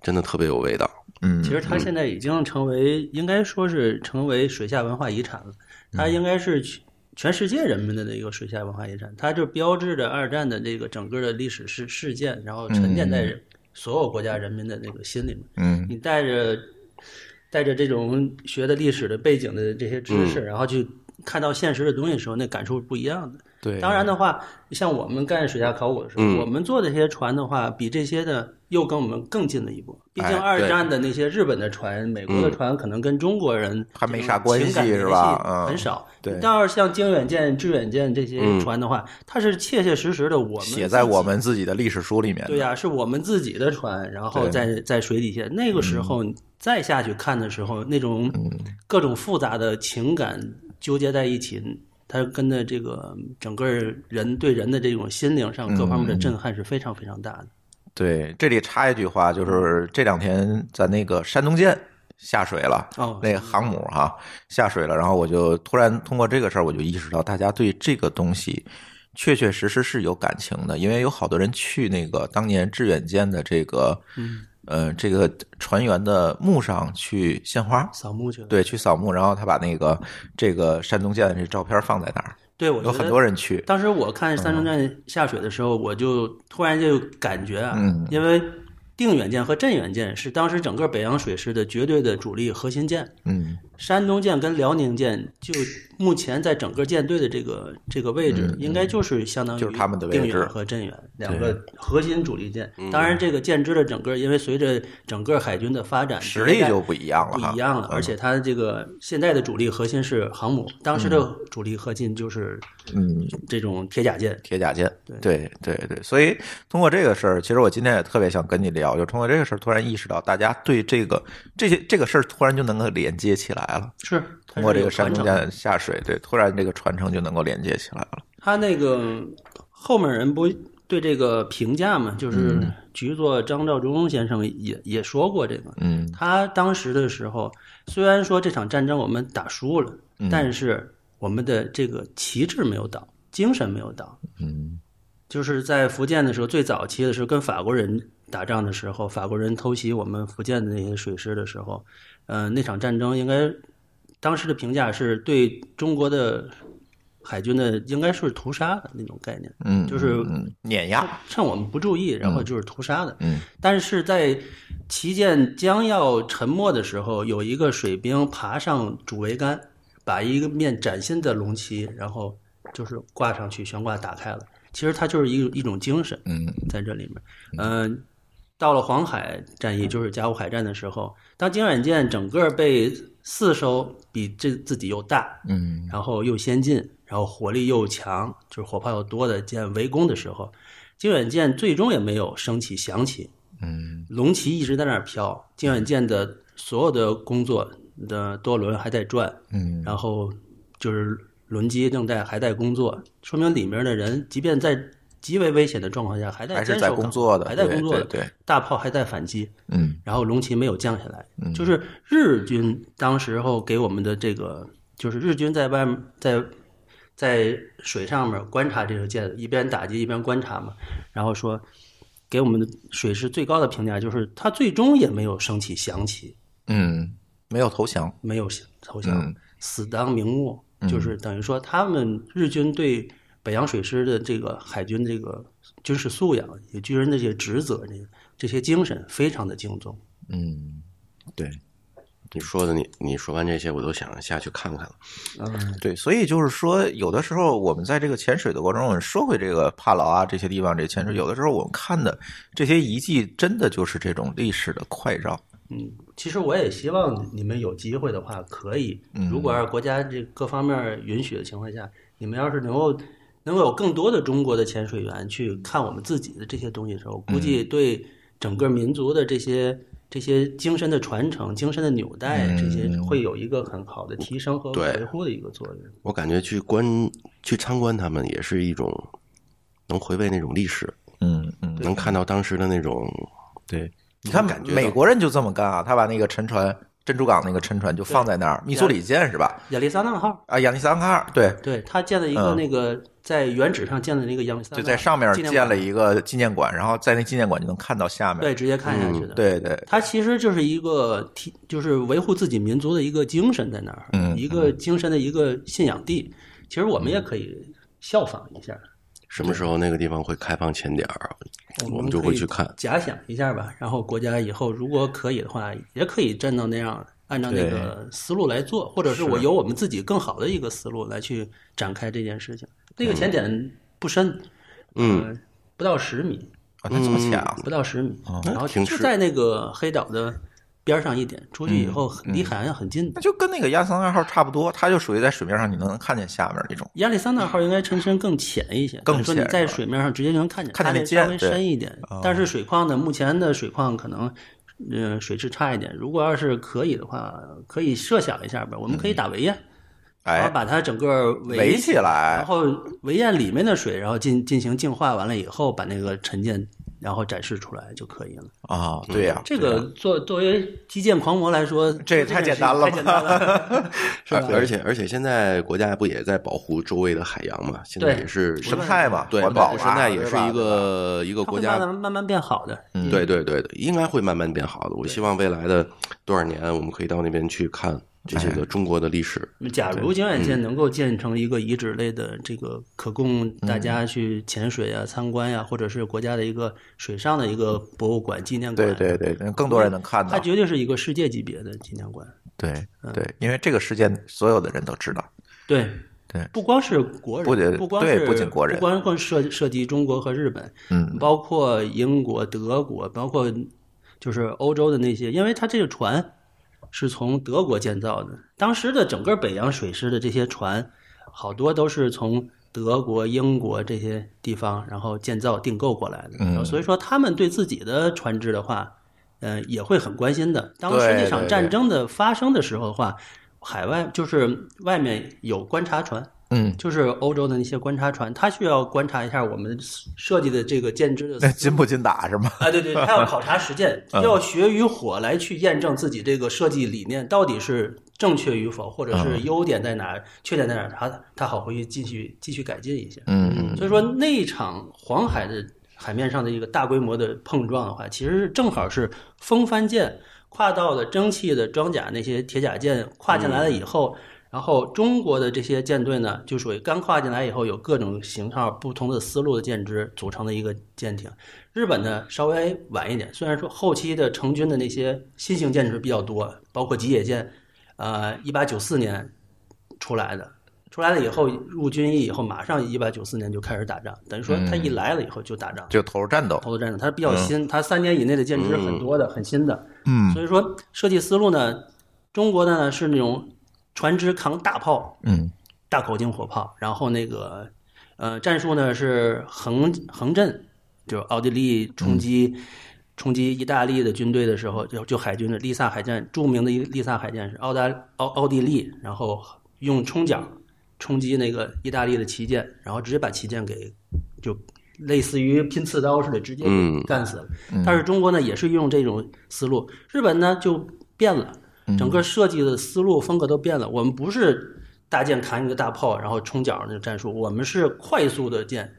真的特别有味道。
嗯，
其实它现在已经成为，应该说是成为水下文化遗产了。
嗯
它应该是全全世界人们的那个水下文化遗产，它就标志着二战的这个整个的历史事事件，然后沉淀在人所有国家人民的那个心里面。
嗯
你带着带着这种学的历史的背景的这些知
嗯
识，然后去看到现实的东西的时候，那感受是不一样的。
对
当然的话，像我们干水下考古的时候，
嗯
我们做的这些船的话，比这些的又跟我们更近了一步。毕竟
哎
二战的那些日本的船、美国的船，可能跟中国人
嗯还没
这种
啥关系
情感联
是吧嗯
很少。
对
你倒是像经远舰、致远舰这些
嗯
船的话，它是切切实实的，我们
写在
自己
我们自己的历史书里面。
对呀、是我们自己的船，然后
对嗯
在在水底下，那个时候你再下去看的时候，那种各种复杂的情感纠结在一起，它跟的这个整个人对人的这种心灵上各方
嗯
面的震撼是非常非常大的。
对，这里插一句话，就是这两天咱那个山东舰下水了，
哦
那个航母哈下水了，然后我就突然通过这个事儿，我就意识到大家对这个东西确确实实是有感情的，因为有好多人去那个当年致远舰的这个，嗯，呃，这个船员的墓上去献花。
扫墓去了，
对，去扫墓，然后他把那个这个山东舰的这照片放在那儿，
对，我觉
有
得
很多人嗯去。
当时我看三中站下水的时候，我就突然就感觉啊，
嗯
因为定远舰和镇远舰是当时整个北洋水师的绝对的主力核心舰，
嗯，
山东舰跟辽宁舰，就目前在整个舰队的这个这个位置，应该就是相当
嗯
于
就是他们的位置
定远和镇远两个核心主力舰。当然，这个舰只的整个，因为随着整个海军的发展，
实力就
不
不一样了嗯哈，
一样了。而且它这个现在的主力核心是航母，当时的主力核心就是
嗯，
这种铁甲舰。
铁甲舰，
对
对对对，所以通过这个事儿，其实我今天也特别想跟你聊，就通过这个事儿，突然意识到大家对这个这些这个事儿突然就能够连接起来了。
是
通过这个
它是
山东
有传承的
舰下水，对，突然这个传承就能够连接起来了。
他那个后面人不对这个评价嘛，就是
嗯
局座张召忠先生也也说过这个，
嗯
他当时的时候，虽然说这场战争我们打输了，
嗯
但是我们的这个旗帜没有倒，精神没有倒，
嗯
就是在福建的时候，最早期的时候跟法国人打仗的时候，法国人偷袭我们福建的那些水师的时候，呃，那场战争应该当时的评价是对中国的海军的应该是屠杀的那种概念，
嗯，
就是
嗯碾压，
趁我们不注意，然后就是屠杀的。
嗯，
但是在旗舰将要沉没的时候，有一个水兵爬上主桅杆，把一个面崭新的龙旗，然后就是挂上去，悬挂打开了。其实它就是一一种精神
嗯
在这里面。嗯、到了黄海战役，就是甲午海战的时候，当靖远舰整个被四艘比这自己又大，
嗯
然后又先进，然后火力又强，就是火炮又多的舰围攻的时候，靖远舰最终也没有升起响起，
嗯
龙旗一直在那儿飘，靖远舰的所有的工作的多轮还在转，
嗯
然后就是轮机正在还在工作，说明里面的人即便在极为危险的状况下，还在
还是
坚守
在
岗
工作的
还在
对
工作的，
对对
大炮还在反击，
嗯
然后龙旗没有降下来，就是日军当时候给我们的这个，就是日军在外面在在水上面观察这个舰，一边打击一边观察嘛，然后说给我们的水师最高的评价就是它最终也没有升起响起，
嗯，没有投降，
没有投降，
嗯
死当瞑目，就是等于说他们日军对北洋水师的这个海军这个军事素养、以及军人的这些职责、这这些精神非常的敬重。
嗯
对，你说的你你说完这些，我都想下去看看了。
对，所以就是说，有的时候我们在这个潜水的过程中，我们说回这个帕劳啊这些地方这潜水，有的时候我们看的这些遗迹，真的就是这种历史的快照，
嗯，其实我也希望你们有机会的话，可以
嗯，
如果要是国家这各方面允许的情况下，你们要是能够能够有更多的中国的潜水员去看我们自己的这些东西的时候，估计
嗯
对整个民族的这些这些精神的传承、精神的纽带，
嗯
这些会有一个很好的提升和
对
维护的一个作用。
我感觉去观去参观他们也是一种能回味那种历史，
嗯嗯。
能看到当时的那种对。
你看，
感觉到
美国人就这么干啊，他把那个沉船珍珠港那个沉船就放在那儿，密苏里舰是吧？
亚历山大号，
啊，亚历山大号对，
对他建了一个
嗯
那个在原址上建的那个亚历山大，
就在上面
纪念
建
馆
了一个纪念馆，然后在那纪念馆就能看到下面。
对，直接看下去的。
嗯对对，
它其实就是一个提，就是维护自己民族的一个精神在那儿，
嗯
一个精神的一个信仰地。其实我们也可以效仿一下，
什么时候那个地方会开放前点儿，我们就会去看
可以。假想一下吧。然后国家以后如果可以的话，也可以站到那样，按照那个思路来做，或者是我有我们自己更好的一个思路来去展开这件事情。那个前点不深，
嗯
呃，不到十米，
啊，那这么浅啊？
不到十米，然后
哦挺
就
实
在那个黑岛的边上一点，出
嗯
去以后离海岸很近的
那。就跟那个亚历山大号差不多，它就属于在水面上你能看见下面那种。
亚历山大号应该沉深更浅一些，
更
等于说
浅
你在
是吧
水面上直接就能看见，
看见那
它得
箭
稍微
对哦
深一点。但是水况呢，目前的水况可能，呃，水质差一点。如果要是可以的话，可以设想一下吧，我们可以打围堰，然后
哎，
把它整个
围起
起
来
然后围堰里面的水，然后进进行净化完了以后，把那个沉舰然后展示出来就可以了。
啊，对呀，
这个做作为基建狂魔来说，
这也
做
太
件
简
事
单了
太简单了。 是吧
而而且而且现在国家不也在保护周围的海洋嘛？现在
对
也是
生态嘛，
对，
环保嘛
生态也
对
是
吧
一个一个
它
国
会
家
慢慢慢慢变嗯好的，
对对对对，应该会慢慢变好的。我希望未来的多少年，我们可以到那边去看这
哎
些个中国的历史。
假如景
嗯
远舰能够建成一个遗址类的这个可供大家
嗯
去潜水啊、参观呀、或者是国家的一个水上的一个博物馆、纪念馆，
对对对，让更多人能看
它
到。
绝对是一个世界级别的纪念馆。
对对，因为这个事件所有的人都知道。
对
对
不光是国
不
人，
仅
不光是
对不仅国人
不光光涉涉及中国和日本，
嗯，
包括英国、德国，包括就是欧洲的那些，因为它这个船是从德国建造的，当时的整个北洋水师的这些船，好多都是从德国、英国这些地方然后建造订购过来的，
嗯
然后所以说他们对自己的船只的话，呃，也会很关心的。当时
对
那
对
场
对
战争的发生的时候的话，海外就是外面有观察船，
嗯，
就是欧洲的那些观察船，它需要观察一下我们设计的这个建制的
那禁不禁打是吗？
啊，对对，他要考察实践，要学与火来去验证自己这个设计理念到底是正确与否，或者是优点在哪儿、缺点在哪儿，他他好回去继续继续改进一下。
嗯
所以说那一场黄海的海面上的一个大规模的碰撞的话，其实是呃正好是风帆舰跨到了蒸汽的装甲那些铁甲舰跨进来了以后。然后中国的这些舰队呢，就属于刚跨进来以后，有各种型号、不同的思路的舰只组成的一个舰艇。日本呢稍微晚一点，虽然说后期的成军的那些新型舰只比较多，包括吉野舰，呃，一八九四年出来的，出来了以后入军役以后，马上一八九四年就开始打仗，等于说他一来了以后就打仗，
就投入战斗，
投入战争，它比较新，它三年以内的舰只很多的，很新的，
嗯
所以说设计思路呢，中国的呢是那种船只扛大炮，
嗯
大口径火炮，然后那个呃战术呢是横横阵，就是奥地利冲击、冲击意大利的军队的时候，就就海军的利萨海战，著名的一个利萨海战是奥大奥奥地利，然后用冲桨冲击那个意大利的旗舰，然后直接把旗舰给就。类似于拼刺刀似的，直接
嗯
干死了。但是中国呢，也是用这种思路。日本呢就变了，整个设计的思路风格都变了。我们不是大舰扛一个大炮，然后冲脚那个战术，我们是快速的舰，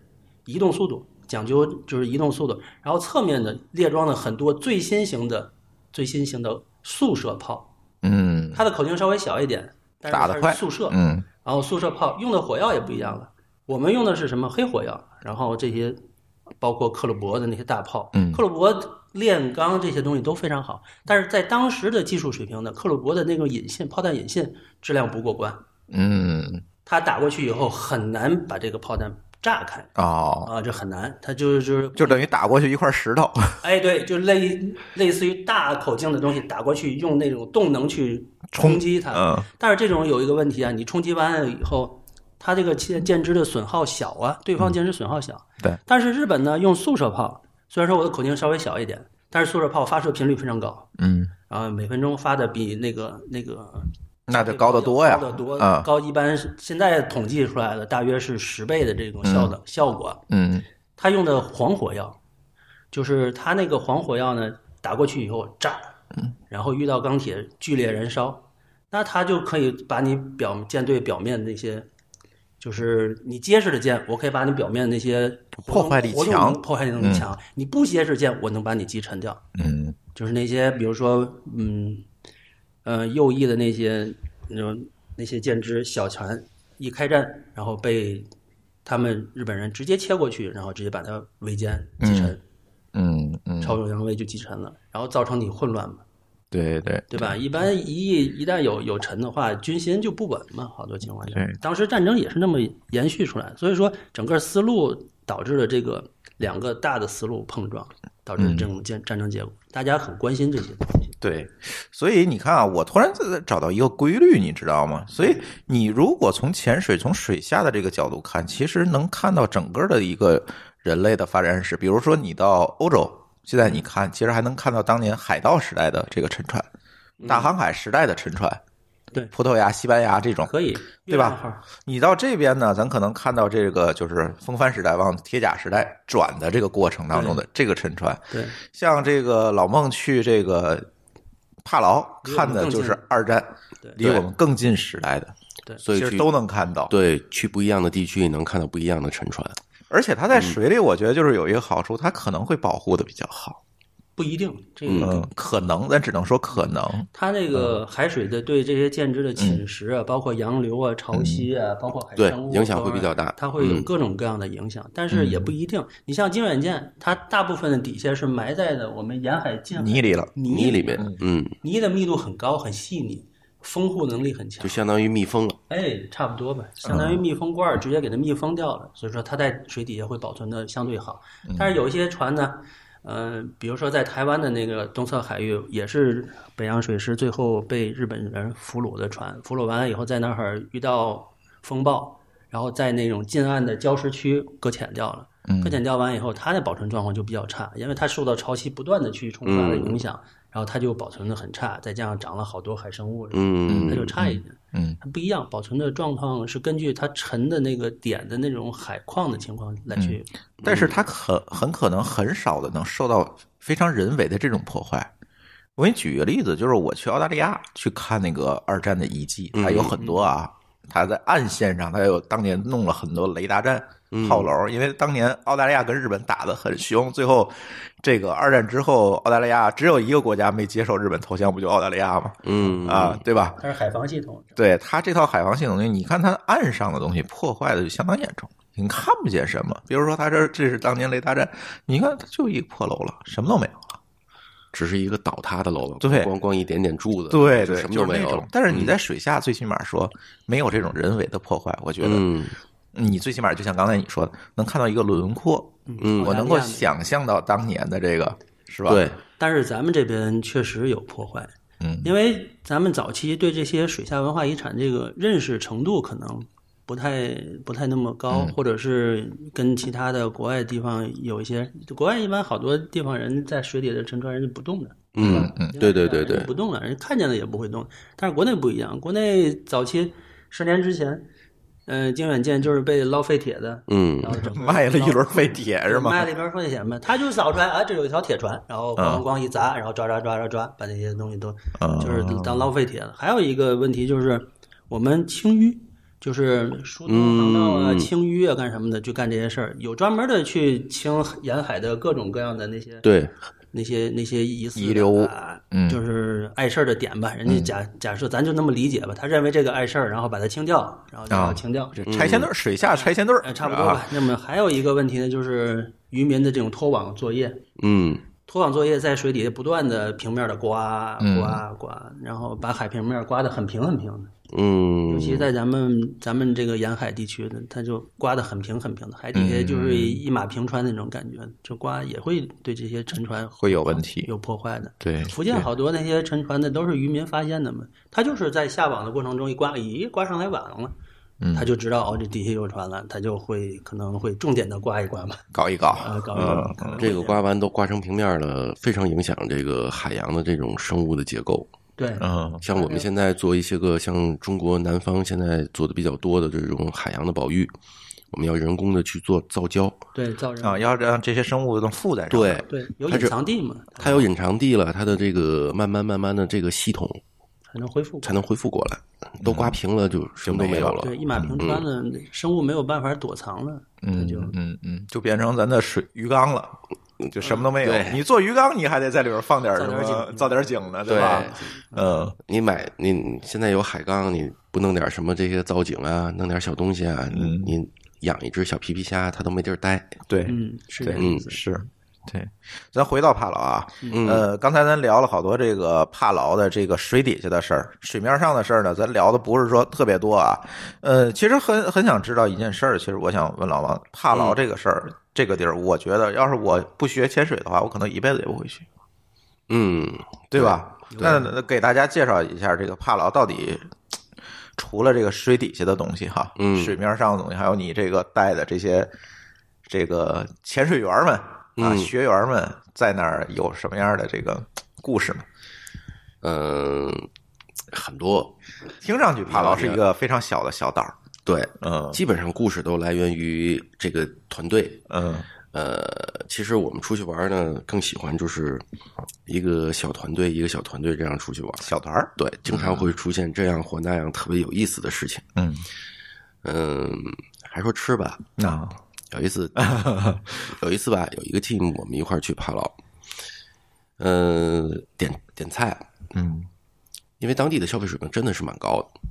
移动速度讲究就是移动速度。然后侧面的列装了很多最新型的、最新型的速射炮，
嗯，
它的口径稍微小一点，但是
打得
它
快，
是速射，
嗯
然后速射炮用的火药也不一样了，我们用的是什么黑火药，然后这些包括克虏伯的那些大炮，
嗯
克虏伯炼钢这些东西都非常好，但是在当时的技术水平呢，克虏伯的那个引信炮弹引信质量不过关，
嗯
它打过去以后很难把这个炮弹炸开
哦，
啊，这很难，它就是就是
就等于打过去一块石头，
哎，对，就类类似于大口径的东西打过去，用那种动能去冲击它。
嗯
但是这种有一个问题啊，你冲击完了以后，它这个舰舰只的损耗小啊，对方舰只损耗小。
对。
但是日本呢，用速射炮，虽然说我的口径稍微小一点，但是速射炮发射频率非常高，
嗯，
然后每分钟发的比那个那个
那就高得多呀，
高得多，
啊
高一般是现在统计出来的大约是十倍的这种效的、效果。
嗯
他用的黄火药，就是他那个黄火药呢，打过去以后炸，
嗯
然后遇到钢铁剧烈燃烧，那他就可以把你表舰队表面那些，就是你结实的舰，我可以把你表面那些
破坏力
活动
强
能破坏力能力强；你不结实舰，我能把你击沉掉。
嗯
就是那些比如说，嗯，呃，右翼的那些那种那些舰只小船一开战，然后被他们日本人直接切过去，然后直接把它围歼击沉，
嗯嗯，
超重洋卫就击沉了，然后造成你混乱嘛，
对对
对吧？一般一役一旦有有沉的话，军心就不稳嘛，好多情况下
对，
当时战争也是那么延续出来，所以说整个思路导致了这个两个大的思路碰撞，导致了
嗯
这种战战争结果，大家很关心这些东西。
对，所以你看啊，我突然自找到一个规律，你知道吗？所以你如果从潜水、从水下的这个角度看，其实能看到整个的一个人类的发展史。比如说，你到欧洲，现在你看，其实还能看到当年海盗时代的这个沉船，大航海时代的沉船，
嗯对
葡萄牙、西班牙这种
可以，
对吧
越南号？
你到这边呢，咱可能看到这个就是风帆时代往铁甲时代转的这个过程当中的这个沉船，
对，
像这个老孟去这个帕劳
离我们
看的就是二战
更近对，
离我们更近时来的，
所以
其实
去
都能看到。
对去不一样的地区，你能看到不一样的沉船。
而且它在水里，我觉得就是有一个好处，它可能会保护的比较好。
不一定，这个、
嗯，可能，咱只能说可能。
它那个海水的对这些舰只的侵蚀啊，包括洋流啊、潮汐啊，包括海
嗯对
洋污
影响
浊
会比
啊
较大
它会有
嗯
各种各样的影响，但是也不一定。你像金软件，它大部分的底下是埋在的我们沿海近海
泥里了，
泥
泥里面，嗯，
泥的密度很高，很细腻，封护能力很强
就。相当于密封了。
哎，差不多吧，相当于密封罐儿，直接给它密封掉了，所以说它在水底下会保存的相对好。但是有一些船呢，呃，比如说在台湾的那个东侧海域，也是北洋水师最后被日本人俘虏的船，俘虏完了以后，在那儿遇到风暴，然后在那种近岸的礁石区搁浅掉了。
嗯
搁浅掉完以后，它的保存状况就比较差，因为它受到潮汐不断的去冲刷的影响，然后它就保存的很差，再加上长了好多海生物，
嗯
它就差一点。
嗯，
它不一样，保存的状况是根据它沉的那个点的那种海况的情况来
嗯
去。
但是它很很可能很少的能受到非常人为的这种破坏。我给你举个例子，就是我去澳大利亚去看那个二战的遗迹，它有很多啊，它在岸线上，它有当年弄了很多雷达站、炮楼，因为当年澳大利亚跟日本打的很凶，最后这个二战之后，澳大利亚只有一个国家没接受日本投降，不就澳大利亚吗？
嗯
啊，对吧？
它是海防系统，
对它这套海防系统，你看它岸上的东西破坏的就相当严重，你看不见什么。比如说，它这这是当年雷达站，你看它就一破楼了，什么都没有了。
只是一个倒塌的楼了，
对
光光一点点柱子，
对
就
对，
什么
就
都
是
没
那
有嗯
种。。但是你在水下，最起码说没有这种人为的破坏，我觉得
嗯
你最起码就像刚才你说的，能看到一个轮廓，
嗯
我能够想象到当年的这个，是吧？
对，，
但是咱们这边确实有破坏，
嗯
因为咱们早期对这些水下文化遗产这个认识程度可能不太不太那么高，
嗯
或者是跟其他的国外地方有一些，国外一般好多地方人在水里的沉船人是不动的，
嗯嗯，对对对对
人，不动了，人看见了也不会动。但是国内不一样，国内早期十年之前，嗯、呃，靖远舰就是被捞废铁的，
嗯
然后整个
卖了一轮废铁是吗？
嗯卖了一边废铁嘛，他就扫出来啊，这有一条铁船，然后咣咣一砸，然后抓抓抓抓抓，把那些东西都
嗯
就是当浪费铁了。还有一个问题就是，我们清淤，就是疏通航道啊、
嗯
清淤啊、干什么的，就干这些事儿。有专门的去清沿海的各种各样的那些
对，
那些那些疑似的
遗留
啊
嗯
就是碍事儿的点吧。人家假、假设咱就那么理解吧，他认为这个碍事儿，然后把它清掉，然后就把它
啊
清掉。
这
嗯
拆迁队儿，水下拆迁队儿
呃，差不多吧
啊。
那么还有一个问题呢，就是渔民的这种拖网作业，
嗯
拖网作业在水底下不断的平面的刮
嗯
刮刮，然后把海平面刮得很平很平的，
嗯，
尤其在咱们咱们这个沿海地区的，它就刮得很平很平的，海底下
嗯
就是一马平川那种感觉，就刮也会对这些沉船
会有问题，
有破坏的。
对，
福建好多那些沉船的都是渔民发现的嘛，他就是在下网的过程中一刮，咦，刮上来网了，
嗯
他就知道哦，这底下有船了，他就会可能会重点的刮一刮嘛，
搞一搞，嗯
啊，搞一搞。可能会
这个刮完都刮成平面了，非常影响这个海洋的这种生物的结构。
对，
嗯
像我们现在做一些个像中国南方现在做的比较多的这种海洋的保育，我们要人工的去做造礁，啊
对，造成
啊，要让这些生物都附在上面，
对，
对有
它
隐
是
藏地嘛，
它有隐藏地了，它的这个慢慢慢慢的这个系统
才能恢复
才能恢复过来，都刮平了就什么都没有了
对，。一马平川的生物没有办法躲藏了，它就
嗯嗯嗯，就变成咱的水鱼缸了，就什么都没有。你做鱼缸，你还得在里边放点什
造点
么，
景
造点景呢，
对
吧？嗯
你买你你现在有海缸，你不弄点什么这些造景啊，弄点小东西啊，你
嗯
你养一只小皮皮虾，它都没地儿待。
对，
嗯，是这
对，
样子。
是，对。咱回到帕劳啊，呃，刚才咱聊了好多这个帕劳的这个水底下的事儿，水面上的事儿呢，咱聊的不是说特别多啊。呃，其实很很想知道一件事儿，其实我想问老王，帕劳这个事儿，这个地儿，我觉得要是我不学潜水的话，我可能一辈子也不会去。
嗯，
对吧？那那给大家介绍一下这个帕劳到底，除了这个水底下的东西哈，
嗯
水面上的东西，还有你这个带的这些这个潜水员们啊，
嗯
学员们在那儿有什么样的这个故事呢？
嗯，很多
听上去帕劳是一个非常小的小岛，
对，
嗯
基本上故事都来源于这个团队。
嗯
呃，其实我们出去玩呢，更喜欢就是一个小团队一个小团队这样出去玩。
小团儿，
对，经常会出现这样或那样特别有意思的事情。
嗯
嗯，还说吃吧，
啊
有 一次，有一次吧，有一个 team 我们一块儿去帕劳，嗯、点点菜，
嗯，
因为当地的消费水平真的是蛮高的，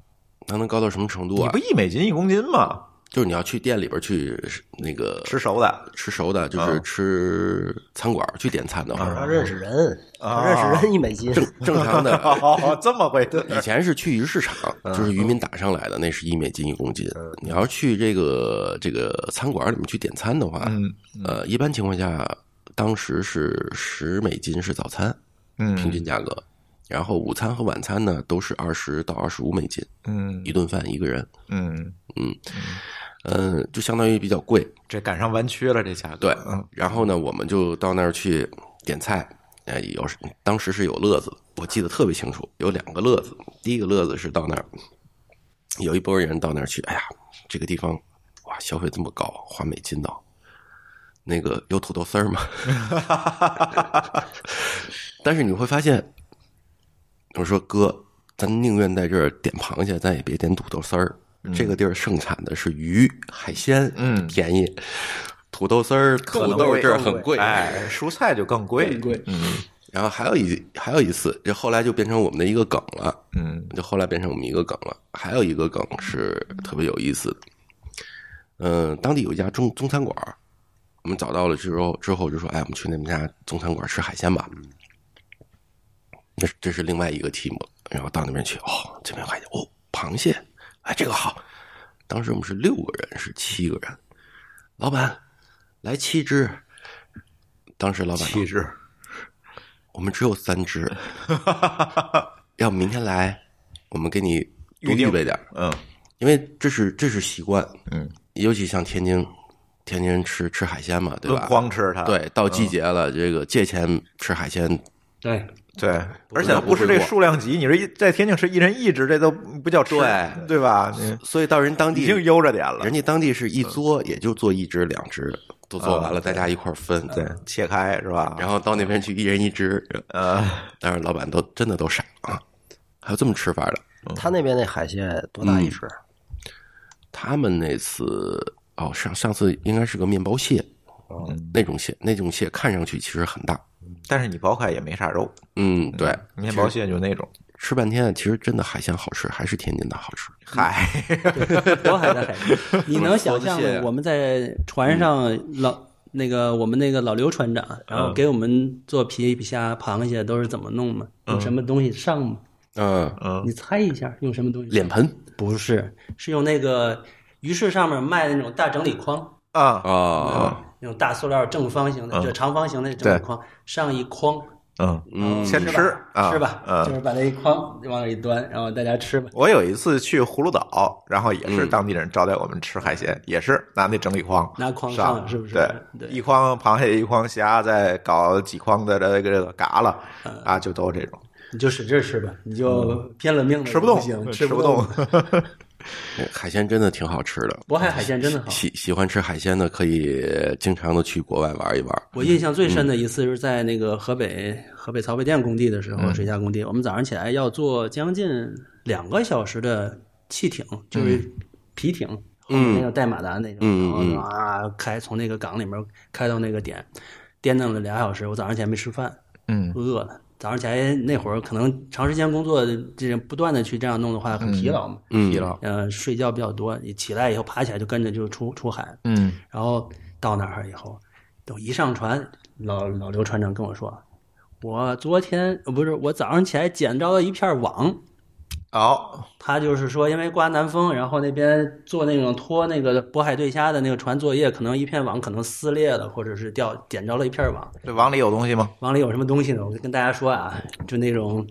它能高到什么程度
你
啊
不？一美金一公斤吗？
就是你要去店里边去那个
吃熟的
吃熟的，就是吃餐馆去点餐的
嗯
他
话，
认识人，
啊
他认识人一美金，
正常的。
哦，这么回事
以前是去鱼市场，
嗯
就是渔民打上来的，那是一美金一公斤。你要是去这个这个餐馆里面去点餐的话，
嗯
呃，一般情况下，当时是十美金是早餐，平
嗯
均价格。然后午餐和晚餐呢，都是二十到二十五美金
嗯
一顿饭一个人。
嗯
呃，就相当于比较贵。
这赶上湾区了，这价格。
对
嗯，
然后呢，我们就到那儿去点菜。呃，有时当时是有乐子的，我记得特别清楚，有两个乐子。第一个乐子是到那儿，有一波人到那儿去，哎呀，这个地方哇，消费这么高，花美金呢。那个有土豆丝儿吗？ 但是你会发现，我说哥，咱宁愿在这儿点螃蟹，咱也别点土豆丝儿。这个地儿盛产的是鱼、海鲜，
嗯
便宜。土豆丝儿、土豆这儿很贵，
哎，蔬菜就更贵。
贵，
然后还有一还有一次，这后来就变成我们的一个梗了，
嗯
就后来变成我们一个梗了。还有一个梗是特别有意思的，嗯、当地有一家中中餐馆儿，我们找到了之后之后就说，哎，我们去那们家中餐馆儿吃海鲜吧。这是这是另外一个题目，然后到那边去，哦，这边有海鲜，哦，螃蟹，哎，这个好。当时我们是六个人，是七个人，老板来七只。当时老板七只，我们只有 三只，要不明天来，我们给你多预备点儿，
嗯，
因为这是这是习惯，
嗯，
尤其像天津，天津人吃吃海鲜嘛，对
不
吧？
光吃它。
对，到季节了，这个借钱吃海鲜
对，
对，而
会
且
不
不是
会
这
过
数量级，你这一在天津吃一人一只，这都不叫吃，
对
对吧？你
所以到人当地
已经嗯悠着点了，
人家当地是一桌也就做一只两只，都做
啊
完了，大家一块
嗯
儿分。对，
切开是吧？
然后到那边去一人一只，
呃，
当然老板都真的都傻啊，还有这么吃法的。
他那边那海鲜多大一只？
嗯他们那次哦，上上次应该是个面包蟹，那种蟹，那种蟹看上去其实很大，
但是你剥开也没啥肉，
嗯，对，
面包蟹就那种。
吃半天，其实真的海鲜好吃，还是天津的好吃。
嗨，
渤海的海鲜， 你能想象
啊
梭子蟹
我们在船上老那个我们那个老刘船长，啊
嗯
然后给我们做皮皮虾、螃蟹都是怎么弄吗？用什么东西上吗？
嗯，
嗯
你猜一下，用什么东西上？
脸盆
不是，是用那个鱼市上面卖的那种大整理筐，
嗯
啊，
啊，
那种大塑料正方形的，
嗯
就长方形的整理筐，上一筐，
嗯，
嗯，
先
是吧
吃啊
吃吧，
嗯
就是把那一筐往那一端，然后大家吃吧。
我有一次去葫芦岛，然后也
嗯
是当地人招待我们吃海鲜，也是拿那整理筐，
拿筐
上
上是不是
对，
对
一筐螃蟹，一筐虾，再搞几筐的这个这个蛤蜊
嗯
啊，就都这种
你就使劲吃吧，你就
嗯
拼了命的
吃不动，嗯
行，
吃
嗯不
动。。
海鲜真的挺好吃的。
渤海海鲜真的好。
喜喜欢吃海鲜的，可以经常的去国外玩一玩。
我印象最
嗯
深的一次是在那个河北河北曹妃甸工地的时
嗯
候，水下工地，我们早上起来要坐将近两个小时的汽艇，就是皮艇，后面那个带马达那种，
嗯嗯嗯
然后啊开从那个港里面开到那个点，颠弄了俩小时，我早上起来没吃饭，
嗯
饿了。早上起来那会儿可能长时间工作，这样不断的去这样弄的话，很疲劳嘛。
嗯
疲劳，
嗯、睡觉比较多，你起来以后爬起来就跟着就出出海，
嗯
然后到那儿以后，等一上船，老老刘船长跟我说，我昨天呃不是我早上起来捡着了一片网，
好，
他就是说因为刮南风，然后那边做那种拖那个渤海对虾的那个船作业，可能一片网可能撕裂了，或者是掉捡着了一片网，
这网里有东西吗？
网里有什么东西呢？我跟大家说啊，就那种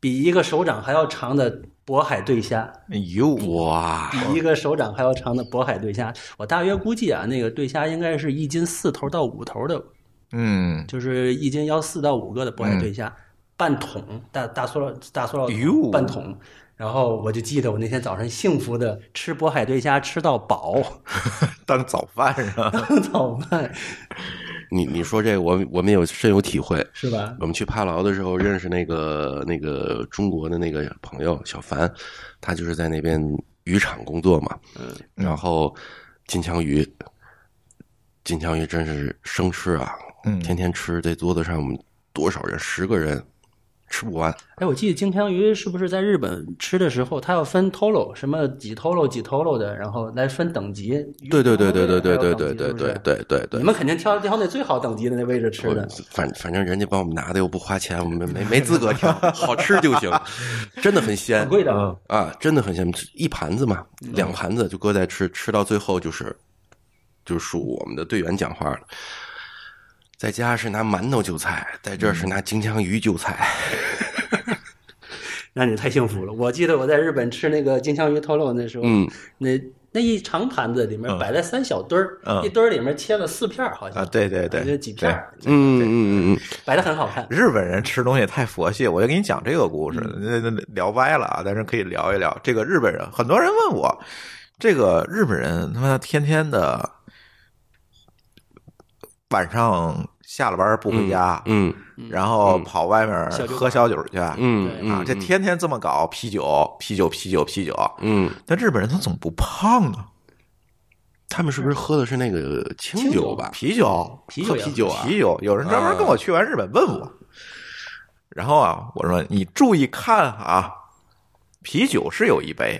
比一个手掌还要长的渤海对虾，
哎呦，
哇，
比一个手掌还要长的渤海对虾，我大约估计啊，那个对虾应该是一斤四头到五头的，
嗯，
就是一斤要四到五个的渤海对虾，半桶大大塑料大塑料
哟
桶半桶。然后我就记得我那天早上幸福的吃渤海对虾吃到饱，
当早饭是吧？
当早饭
你你说这个，我我们有深有体会。
是吧？
我们去帕劳的时候认识那个那个中国的那个朋友小凡，他就是在那边渔场工作嘛。嗯，然后金枪鱼，金枪鱼真是生吃啊，
嗯
天天吃。这桌子上我们多少人？十个人吃不完。
哎，我记得金枪鱼是不是在日本吃的时候，它要分 tolo 什么几 tolo 几 tolo 的，然后来分等级。
对对对对对对对
还
对
有等级
对
是不是
对对对对
你。们肯定挑挑那最好等级的那位置吃的。
反反正人家帮我们拿的又不花钱，我们没没没资格挑，好吃就行，真的很鲜
很，贵的，
啊，真的很羡慕，一盘子嘛，两盘子就搁在吃，吃到最后就是就是属我们的队员讲话了。在嗯家是拿馒头就菜，在这儿是拿金枪鱼就菜，
那你太幸福了。我记得我在日本吃那个金枪鱼透漏那时候，
嗯，
那那一长盘子里面
嗯
摆了三小堆儿，
嗯
一堆儿里面切了四片儿，好像
啊对对对
就几片儿，
嗯嗯嗯 嗯，
摆的很好看。
日本人吃东西太佛系，我就给你讲这个故事，那那那聊歪了啊，但是可以聊一聊这个日本人。很多人问我，这个日本人他妈天天的晚上下了班不回家，
嗯
然后跑外面
小酒馆
喝小酒去，
嗯
对
嗯
啊，这天天这么搞，啤酒啤酒啤酒啤酒，
嗯，
但日本人他总不胖啊，
他们是不是喝的是那个清
清
酒
酒
吧？
啤酒
啊啤
喝
酒呀
啤酒啊？
啤酒，有人专门跟我去完日本问我，然后啊，我说你注意看啊，啤酒是有一杯，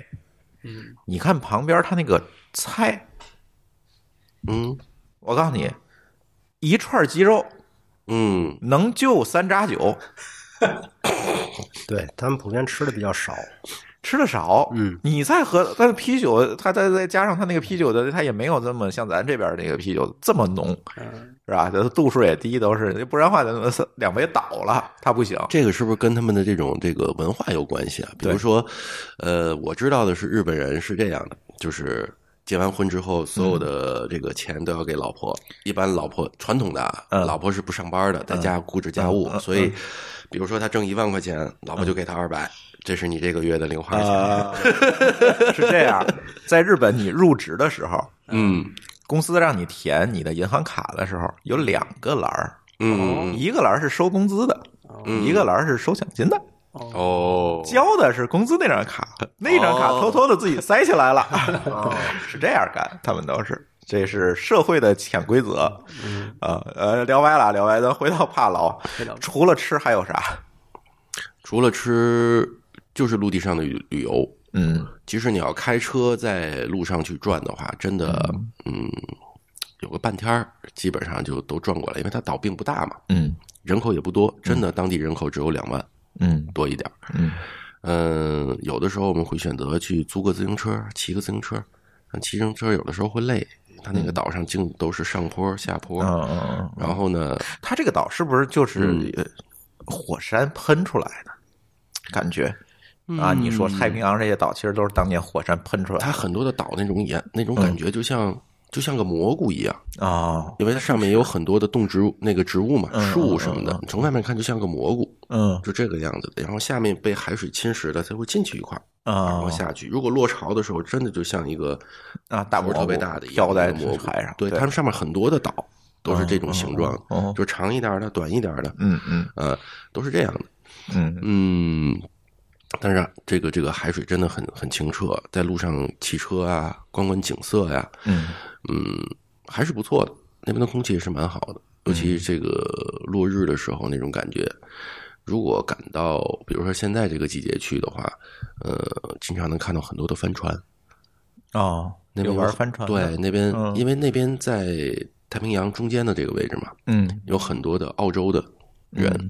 嗯，
你看旁边他那个菜，
嗯
我告诉你，一串鸡肉
嗯
能就三扎酒，
对他们普遍吃的比较少，
吃的少，
嗯，
你再喝，但是啤酒，它再再加上它那个啤酒的，它也没有这么像咱这边那个啤酒这么浓，
嗯，
是吧？这度数也低，都是，不然的话咱们三两杯倒了，它不行，
这个是不是跟他们的这种这个文化有关系啊？比如
对
说，呃，我知道的是日本人是这样的，就是结完婚之后，所有的这个钱都要给老婆。一般老婆传统的啊，
嗯
老婆是不上班的，在家顾着家务，所以，比如说他挣一万块钱，老婆就给他二百，这是你这个月的零花钱。
啊，是这样，在日本你入职的时候，
嗯
公司让你填你的银行卡的时候，有两个栏儿，
嗯
一个栏儿是收工资的，
嗯
一个栏儿是收奖金的，
哦，
哦，
交的是工资那张卡，那张卡
哦
偷偷的自己塞起来了， 是这样干，他们都是。这是社会的潜规则，
嗯
啊、呃，聊歪了，聊歪了，咱回到帕劳
回到，
除了吃还有啥？
除了吃，就是陆地上的旅旅游。
嗯，
其实你要开车在路上去转的话，真的，嗯，有个半天儿，基本上就都转过来，因为它岛并不大嘛，
嗯，
人口也不多，真的当地人口只有两万
嗯，
多一点儿。
嗯，
嗯，有的时候我们会选择去租个自行车，骑个自行车。但骑自行车有的时候会累，它那个岛上竟都是上坡下坡。
嗯嗯嗯，
然后呢，
它这个岛是不是
嗯
就是呃火山喷出来的感觉？啊，你说太平洋这些岛其实都是当年火山喷出来
它很多的岛那种也那种感
嗯
觉，就像、就像个蘑菇一样，
的啊，
因为它上面有很多的动植物，那个植物嘛，
嗯
树什么的，
嗯嗯
从外面看就像个蘑菇，
嗯
就这个样子的。然后下面被海水侵蚀了，它会进去一块儿，然
啊
后下去。如果落潮的时候，真的就像一个
啊，大
不是
蘑
特别
菇
大的一个
飘在
一个蘑菇
海上，
对，
对嗯
它们上面很多的岛都是这种形状
嗯嗯嗯嗯，
就长一点儿的、短一点儿的，
嗯嗯
呃，都是这样的。
嗯
嗯，但是啊这个这个海水真的很很清澈，在路上骑车啊，观观景色呀、
嗯
嗯，还是不错的。那边的空气也是蛮好的，尤
嗯
其这个落日的时候那种感觉。如果赶到，比如说现在这个季节去的话，呃，经常能看到很多的帆船。
哦，
那
有
边有
玩
很
帆船的
对，，那边、
嗯
因为那边在太平洋中间的这个位置嘛，
嗯，
有很多的澳洲的人，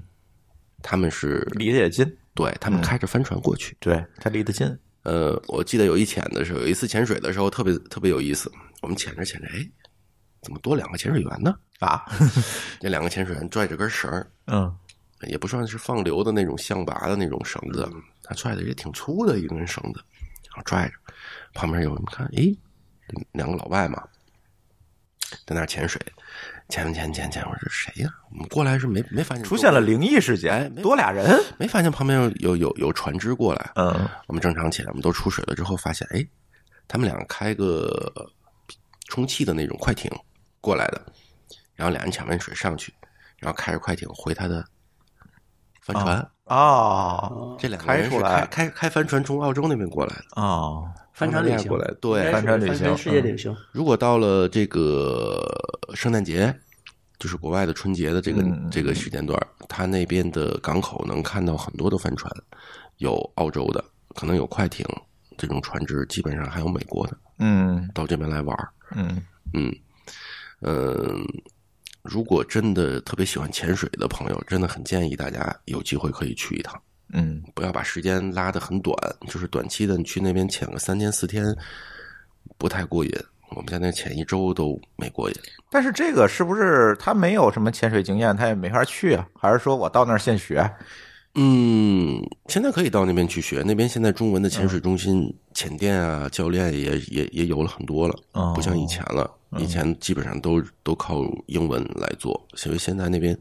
他们是
离得也近，
对他
嗯
们开着帆船过去。
对，它离得近，
呃，我记得有一潜的时候，有一次潜水的时候特别特别有意思。我们潜着潜着，哎，怎么多两个潜水员呢？
啊，
那两个潜水员拽着根绳儿，
嗯
也不算是放流的那种象拔的那种绳子，
嗯
他拽的也挺粗的一根绳子，然后拽着，旁边有人看，诶，两个老外嘛，在那儿潜水，潜潜潜潜，我说这谁呀、我们过来是没没发现
出现了
周围，
灵异事
哎
件，
没
多俩人，
没发现旁边有有有有船只过来，
嗯
我们正常起来，我们都出水了之后发现，哎，他们两个开个充气的那种快艇过来的，然后俩人抢完水上去，然后开着快艇回他的帆船。
哦
嗯这两个人是
开出来
开开开帆船从澳洲那边过来的，
哦，
帆船旅行
澳大利亚过来的。
应该
对，
是
帆船旅行
帆船
嗯
世界旅行，
如果到了这个圣诞节，就是国外的春节的这个、
嗯嗯嗯
这个时间段，它那边的港口能看到很多的帆船，有澳洲的，可能有快艇这种船只，基本上还有美国的
嗯
到这边来玩儿。
嗯
嗯，嗯，如果真的特别喜欢潜水的朋友，真的很建议大家有机会可以去一趟。
嗯
不要把时间拉得很短，就是短期的你去那边潜个三天四天，不太过瘾。我们在那潜一周都没过瘾。
但是这个是不是他没有什么潜水经验，他也没法去啊？还是说我到那儿现学？
嗯，现在可以到那边去学，那边现在中文的潜水中心、潜店啊，教练也也也有了很多了，
哦
不像以前了，
嗯
以前基本上都都靠英文来做，所以现在那边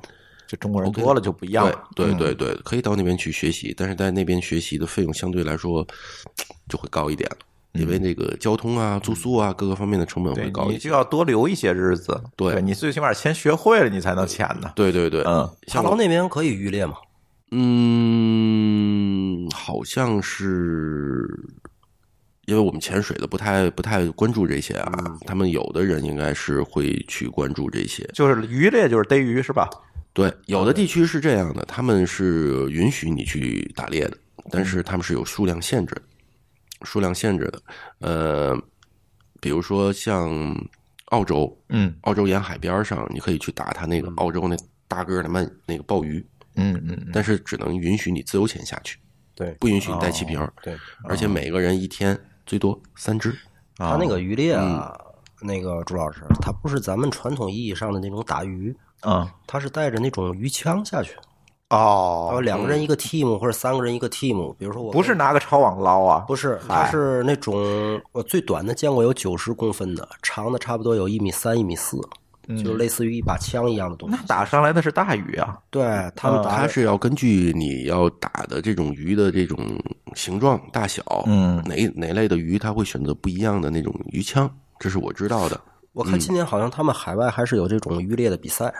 就中国人多了就不一样嗯了。
对对对对，可以到那边去学习，但是在那边学习的费用相对来说就会高一点了，因为那个交通啊、住宿啊各个方面的成本
嗯
会
对
高一
你就
些。
要多留一些日子，
对
你最起码先学会了，你才能潜呢。
对对对，
嗯，
塔楼那边可以渔猎吗？
嗯，好像是，因为我们潜水的不太不太关注这些啊，他们有的人应该是会去关注这些。
就是渔猎就是逮鱼是吧？
对，有
哦
的地区是这样的，他们是允许你去打猎的，但是他们是有数量限制的，数量限制的。呃，比如说像澳洲，
嗯
澳洲沿海边儿上，你可以去打它那个澳洲那大个儿的鳗那个鲍鱼，
嗯嗯，
但是只能允许你自由潜下去。
对
不允许你
哦
带气瓶儿，
对，
而且每个人一天最多三只。
他那个渔猎啊，那个朱老师，他不是咱们传统意义上的那种打鱼，
嗯
他是带着那种鱼枪下去，然后
哦，
两个人一个 team 或者三个人一个 team，比如说我
不是拿个抄网捞啊，
不
是
是，它是那种我最短的见过有九十公分的，长的差不多有一米三、一米四，就是类似于一把枪一样的东西。
打上来的是大鱼啊。
对他们打
它哦是要根据你要打的这种鱼的这种形状、大小，
嗯
哪哪类的鱼，它会选择不一样的那种鱼枪，这是我知道的。
我看今年好像他们海外还是有这种渔猎的比赛，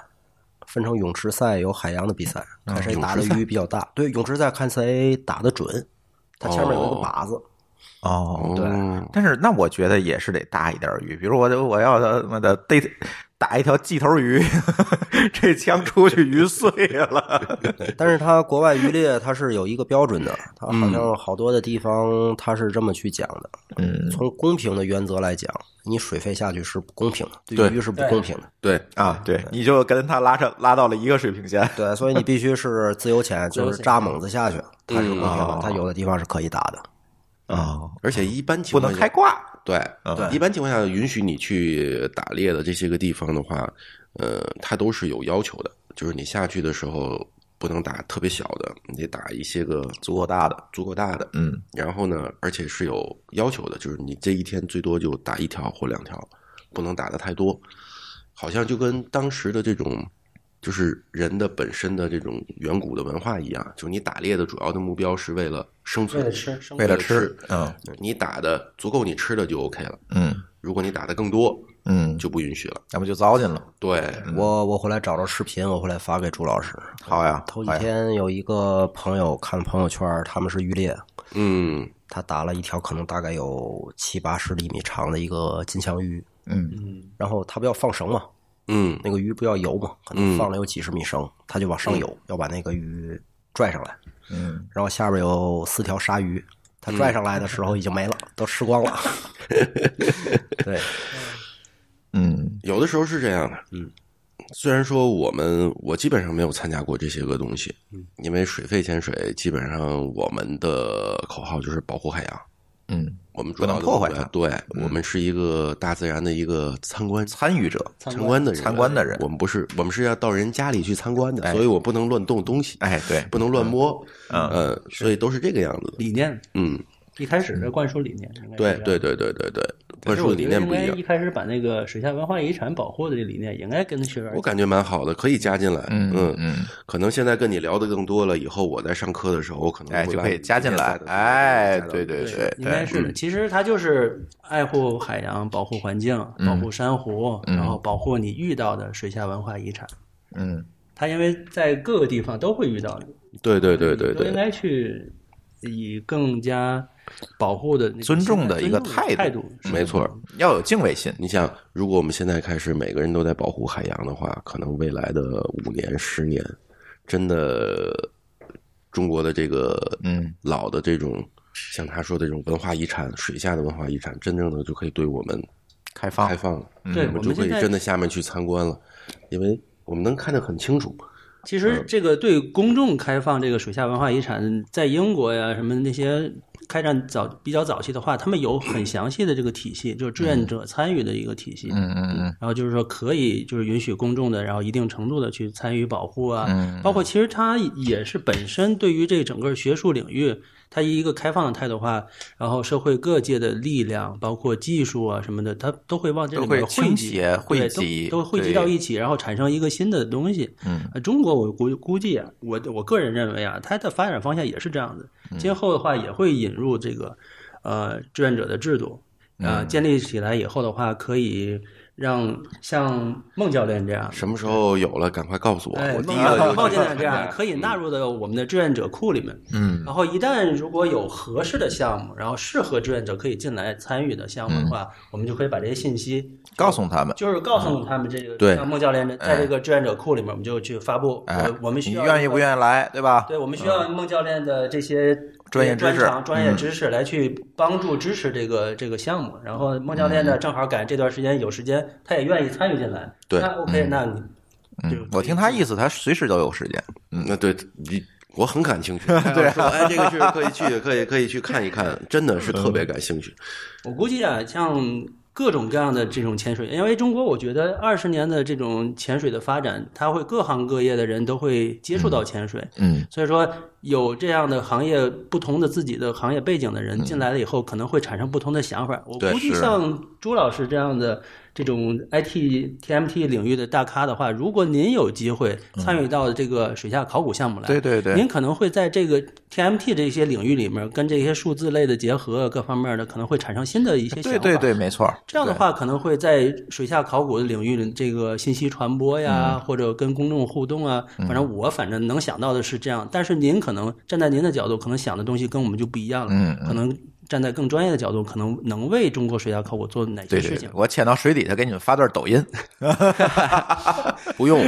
分成泳池赛有海洋的比赛，看谁打的鱼比较大。对，泳池赛看谁打的准，它前面有一个
哦
靶子。
哦，
对，
但是那我觉得也是得大一点儿鱼，比如我得我要他妈的逮打一条鸡头鱼， 这枪出去鱼碎了。
但是它国外渔猎它是有一个标准的，它好像好多的地方它是这么去讲的。
嗯
从公平的原则来讲，你水费下去是不公平的，
对
鱼是不公平的。
对，
啊，对，你就跟他拉上拉到了一个水平线。
对，所以你必须是自由 潜，就是扎猛子下去，它是公平
哦
的，它有的地方是可以打的。
哦，
而且一 般
不
情
能
况
开嗯
下，
挂。
对对，一般情况下允许你去打猎的这些个地方的话，呃，它都是有要求的，就是你下去的时候不能打特别小的，你得打一些个
足够大的，
足够大的，
嗯，
然后呢，而且是有要求的，就是你这一天最多就打一条或两条，不能打的太多。好像就跟当时的这种，就是人的本身的这种远古的文化一样，就是你打猎的主要的目标是为了生存，
为了吃，生
为
活
了吃，嗯
你打的足够你吃的就 OK 了。
嗯
如果你打的更多，
嗯，
就不允许了。
要不就糟践了。
对，
我我回来找着视频，我回来发给朱老师。
嗯好呀，
头几
好呀
天有一个朋友看朋友圈，他们是渔猎，
嗯，
他打了一条可能大概有七八十厘米长的一个金枪鱼，
嗯
嗯，
然后他不要放绳嘛，
嗯，
那个鱼不要游嘛，可
嗯
能放了有几十米绳，他就往上游，要把那个鱼拽上来。
嗯，
然后下边有四条鲨鱼，他拽上来的时候已经没了，都吃光了。 对，
嗯
有的时候是这样的，嗯。虽然说我们我基本上没有参加过这些个东西，因为水肺潜水基本上我们的口号就是保护海洋，
嗯，
我们主
不能
要的
破坏
目标
它
对、我们是一个大自然的一个参观
参与者，
参观的人，
参观的人
我们不是我们是要到人家里去参观的，所以我不能乱动东西，
哎，对，
不能乱摸，呃，所以都是这个样子的，
理念
嗯，
一开始的灌输理念，哎应该是
对
这样
对。对对对对，
但
灌
是
输
我
的
觉
理念
得应
不一
该
样
一。开始把那个水下文化遗产保护的这个理念，也应该跟学员
我感觉蛮好的，可以加进来。
嗯
嗯
嗯，
可能现在跟你聊的更多了，以后我在上课的时候，我可能
哎，
会
就
把
可以
你
加进
这些
来
带。到
哎，
加到
对对
里面
对嗯
应该
对，
是的。其实它就是爱护海洋、保护环境、
嗯
保护珊瑚，然后保护你遇到的水下文化遗产。
嗯，
它因为在各个地方都会遇到的，
对对对对
都嗯
对，
应该去以更加保护的那个
尊重的
的
一个态度嗯
态度，是
没错。
要有敬畏心。
你想，如果我们现在开始每个人都在保护海洋的话，可能未来的五年、十年，真的中国的这个
嗯
老的这种，像他说的这种文化遗产、水下的文化遗产，真正的就可以对我们
开放
开，放了，
嗯
对
我
我
们
们
就可以
现在
真的下面去参观了，因为我们能看得很清楚。
嗯
其实这个对公众开放这个水下文化遗产，在英国呀什么那些开战早比较早期的话，他们有很详细的这个体系，就是志愿者参与的一个体系。
嗯嗯嗯，
然后就是说可以就是允许公众的，然后一定程度的去参与保护啊，
嗯
包括其实它也是本身对于这整个学术领域，它以一个开放的态度的话，然后社会各界的力量，包括技术啊什么的，它都会往这里面
都会
汇
倾
集
斜，汇
对
集
都都汇集
对
到一起，然后产生一个新的东西。
嗯
呃，中国我估估计啊，我我个人认为啊，它的发展方向也是这样子，
嗯
今后的话也会引入这个呃志愿者的制度，
嗯
啊、建立起来以后的话，可以让像孟教练这样。
什么时候有了，赶快告诉我，
哎，
哦
我第
孟
一个就
孟教练这样可以纳入到我们的志愿者库里面。
嗯
然后一旦如果有合适的项目，然后适合志愿者可以进来参与的项目的话，
嗯
我们就可以把这些信息，
告诉他们，
就是告
嗯
诉他们这个，
对
像孟教练在这个志愿者库里面，我们就去发布。
哎
我，我们需
你
要
愿意不
意？
愿意来，对吧？
对，我们需要孟教练的这些
专业
专
知识嗯
长、专业知识来去帮助支持这个这个项目。然后孟教练
嗯
呢，正好赶这段时间有时间，他也愿意参与进来。
对
那 OK，那你就
嗯嗯，我听他意思，他随时都有时间。
嗯那对你，我很感兴 趣。
啊
对，说哎，这个是可以去，可以可以去看一看，真的是特别感兴趣。
我估计啊，像各种各样的这种潜水，因为中国我觉得二十年的这种潜水的发展，它会各行各业的人都会接触到潜水，
嗯
所以说有这样的行业不同的自己的行业背景的
嗯
人进来了以后，可能会产生不同的想法。我
对
估计
是
像朱老师这样的这种 IT TMT 领域的大咖的话，如果您有机会参与到这个水下考古项目来，
嗯对对对
您可能会在这个 TMT 这些领域里面跟这些数字类的结合，各方面的可能会产生新的一些想
对
法。
对对，没错。
这样的话，可能会在水下考古的领域里，这个信息传播
嗯
呀，或者跟公众互动啊，反正我反正能想到的是这样。但是您可能站在您的角度，可能想的东西跟我们就不一样了。
嗯
可能站在更专业的角度，可能能为中国水下考古做哪
对
些
对
事
对
情？
我潜到水底下给你们发段抖音。
不用，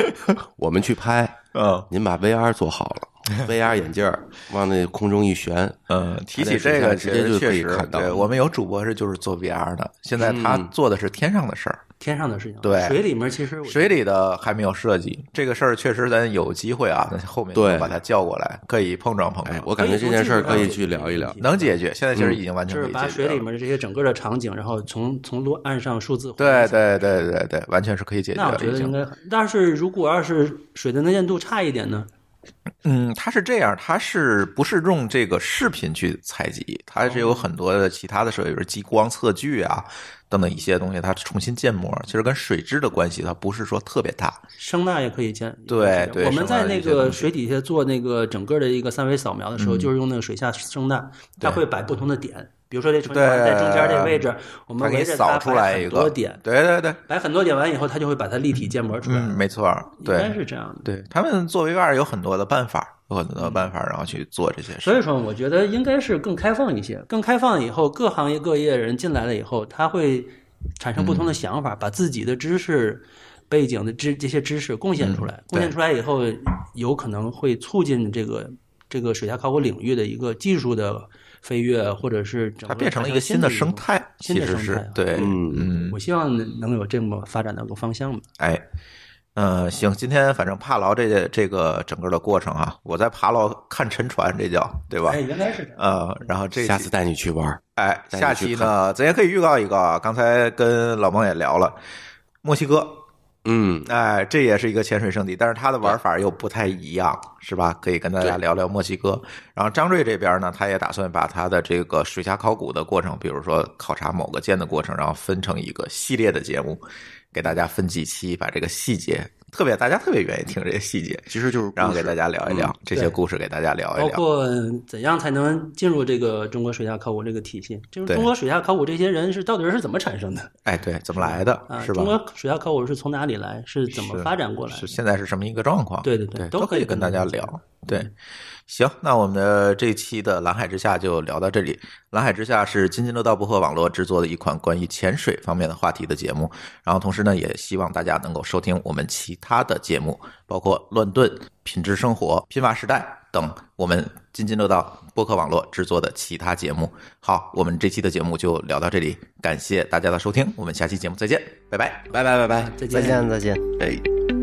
我们去拍。
嗯
您把 VR 做好 了，VR 眼镜儿往那空中一悬，
嗯，提起这
还
个，
得
其
水下直接
实
就可
确
以
实
看，到嗯
对我们有主播是就是做 VR 的，现在他做的是天上的事儿，
天上的事情，
对
水里面其实我
水里的还没有设计。这个事儿确实咱有机会啊，咱后面
对
把他叫过来，可以碰撞碰
哎
撞，，
我感嗯觉这件事儿可以去聊一聊。
能解决。现在其实已经完全
就是
可以
把
解
水
决
里
了。
面的这些整个的场景，然后从从陆岸上数字化
对对对对对，完全是可以解决
那我
的。已
觉得
经。
应该，但是如果要是水的能见度差一点呢？
嗯，它是这样，它是不是用这个视频去采集？它是
哦
有很多的其他的设备，比如激光测距啊等等一些东西，它重新建模。其实跟水质的关系，它不是说特别大。
声呐也可以建。
对对
我们在
声
那
呐
个
也是
水底下做那个整个的一个三维扫描的
嗯
时候，就是用那个水下声呐，它会摆不同的点，比如说这船
对
在中间这个位置，我
它
们
给
围
你
着
扫出来
摆
一
很
个
多点，
对对对，
摆很多点完以后，它就会把它立体建模出来。
嗯，没错儿，
应该
对
是这样的。
对，他们做 VR 有很多的办法，有很多的办法，然后去做这些事。
嗯所以说，我觉得应该是更开放一些。更开放以后，各行业各业人进来了以后，他会产生不
嗯
同的想法，把自己的知识背景的知这些知识贡
嗯
献出来。贡献出来以后，有可能会促进这个这个水下考古领域的一个技术的飞跃，或者是整
它
个
变成了一个
个
新
的
的生
态。
态，
新
其
的
实
生态
是
啊
对，
嗯
嗯，
我希望能有这么发展的一个方向吧。
哎，呃，行，今天反正帕劳这个这个整个的过程啊，我在帕劳看沉船，这叫对吧？
哎，原来是这样。
呃，然后这
下
期
次带你去玩儿，
哎，
带你
下
去
期
看
呢，咱也可以预告一个啊，刚才跟老孟也聊了，墨西哥，
嗯，
哎，这也是一个潜水圣地，但是它的玩法又不太一样，是吧？可以跟大家聊聊墨西哥。然后张瑞这边呢，他也打算把他的这个水下考古的过程，比如说考察某个舰的过程，然后分成一个系列的节目，给大家分几期，把这个细节，特别大家特别愿意听这些细节，
其实就是故
然后给
事
大家聊一聊、这些故事，给大家聊一
包
聊。
括怎样才能进入这个中国水下考古这个体系？就是
对
中国水下考古这些人是到底是怎么产生的？
哎，对，怎么来的，
啊，
是吧
中？国水下考古是从哪里来？是怎么
是
发展过来
是
的？
现在是什么一个状况？
对对对
对，
都
都
可以
以跟大
跟
家
大家
聊。对，行，那我们的这期的《蓝海之下》就聊到这里。《蓝海之下》是津津乐道博客网络制作的一款关于潜水方面的话题的节目，然后同时呢，也希望大家能够收听我们其他的节目，包括《乱炖》《品质生活》《拼发时代》等我们津津乐道播客网络制作的其他节目。好，我们这期的节目就聊到这里，感谢大家的收听，我们下期节目再见，拜拜。
拜拜拜拜，
再
再
见
见再见。
哎。